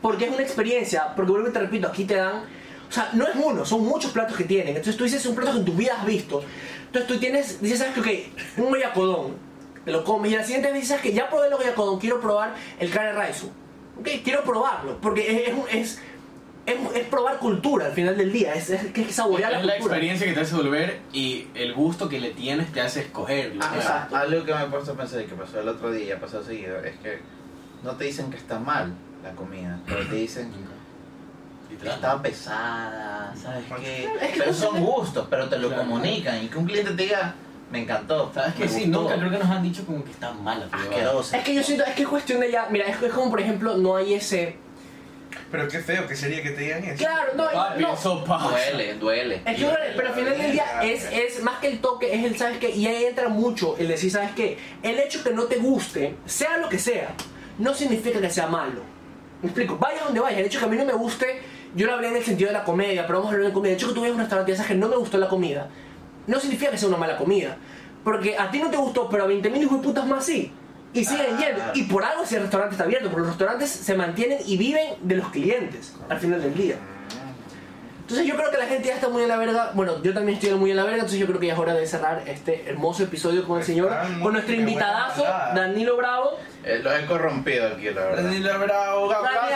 A: Porque es una experiencia. Porque vuelvo y te repito, aquí te dan. O sea, no es uno, son muchos platos que tienen. Entonces tú dices un plato que en tu vida has visto. Entonces tú tienes, dices, ¿sabes qué? Ok, un goyacodón. Te lo comes. Y la siguiente vez dices que ya probé el goyacodón, quiero probar el carne raizu. Ok, quiero probarlo. Porque es, es, un- es, es- es probar cultura al final del día. Es, es, que es saborear la
D: Es la
A: cultura.
D: experiencia que te hace volver y el gusto que le tienes te hace escogerlo.
A: Ah,
D: ¿no?
A: exacto.
B: Algo que me he puesto a pensar y que pasó el otro día y ha pasado seguido es que no te dicen que está mal la comida, pero te dicen que
D: Literal.
B: está pesada, ¿sabes qué?
A: que
B: Pero
A: no
B: son
A: tiene-
B: gustos, pero te lo
D: Claro.
B: comunican y que un cliente te diga, me encantó.
D: ¿Sabes
B: me
D: qué? Sí,
B: gustó, Ah,
D: nunca creo que nos han dicho como que está mala. pero-
B: Asqueroso.
A: Es que yo siento, es que es cuestión de ya. Mira, es, es como por ejemplo, no hay ese.
C: Pero qué feo que sería que te digan eso.
A: Claro, no,
D: Papi,
A: no.
D: eso pasa.
B: Duele, duele.
A: Es que, brother, pero al final del día es, es más que el toque, es el, ¿sabes qué? Y ahí entra mucho el decir, ¿sabes qué? El hecho que no te guste, sea lo que sea, no significa que sea malo. Me explico, vaya donde vaya, el hecho que a mí no me guste, yo lo hablé en el sentido de la comedia, pero vamos a hablar de comida. El hecho que tú vayas a un restaurante y sabes que no me gustó la comida, no significa que sea una mala comida. Porque a ti no te gustó, pero a 20.000 hijos de putas más sí. Y siguen
B: Ah.
A: yendo. Y por algo ese restaurante está abierto, porque los restaurantes se mantienen y viven de los clientes al final del día. Entonces yo creo que la gente ya está muy en la verga. Bueno, yo también estoy muy en la verga, entonces yo creo que ya es hora de cerrar este hermoso episodio con el señor,
C: Está muy
A: con nuestro
C: de buena
A: invitadazo,
C: maldad.
A: Danilo Bravo.
B: Eh, lo he corrompido aquí, la verdad.
C: Danilo Bravo, un aplauso.
A: El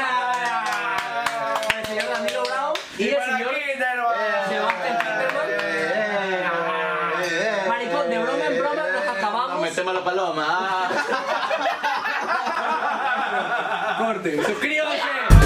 A: señor Danilo Bravo y el
C: para
A: señor
C: Kinderman.
A: Sebastián Kinderman. Maricón, de broma en broma nos acabamos.
B: No metemos la paloma. ah.
A: Corte. Suscríbanse.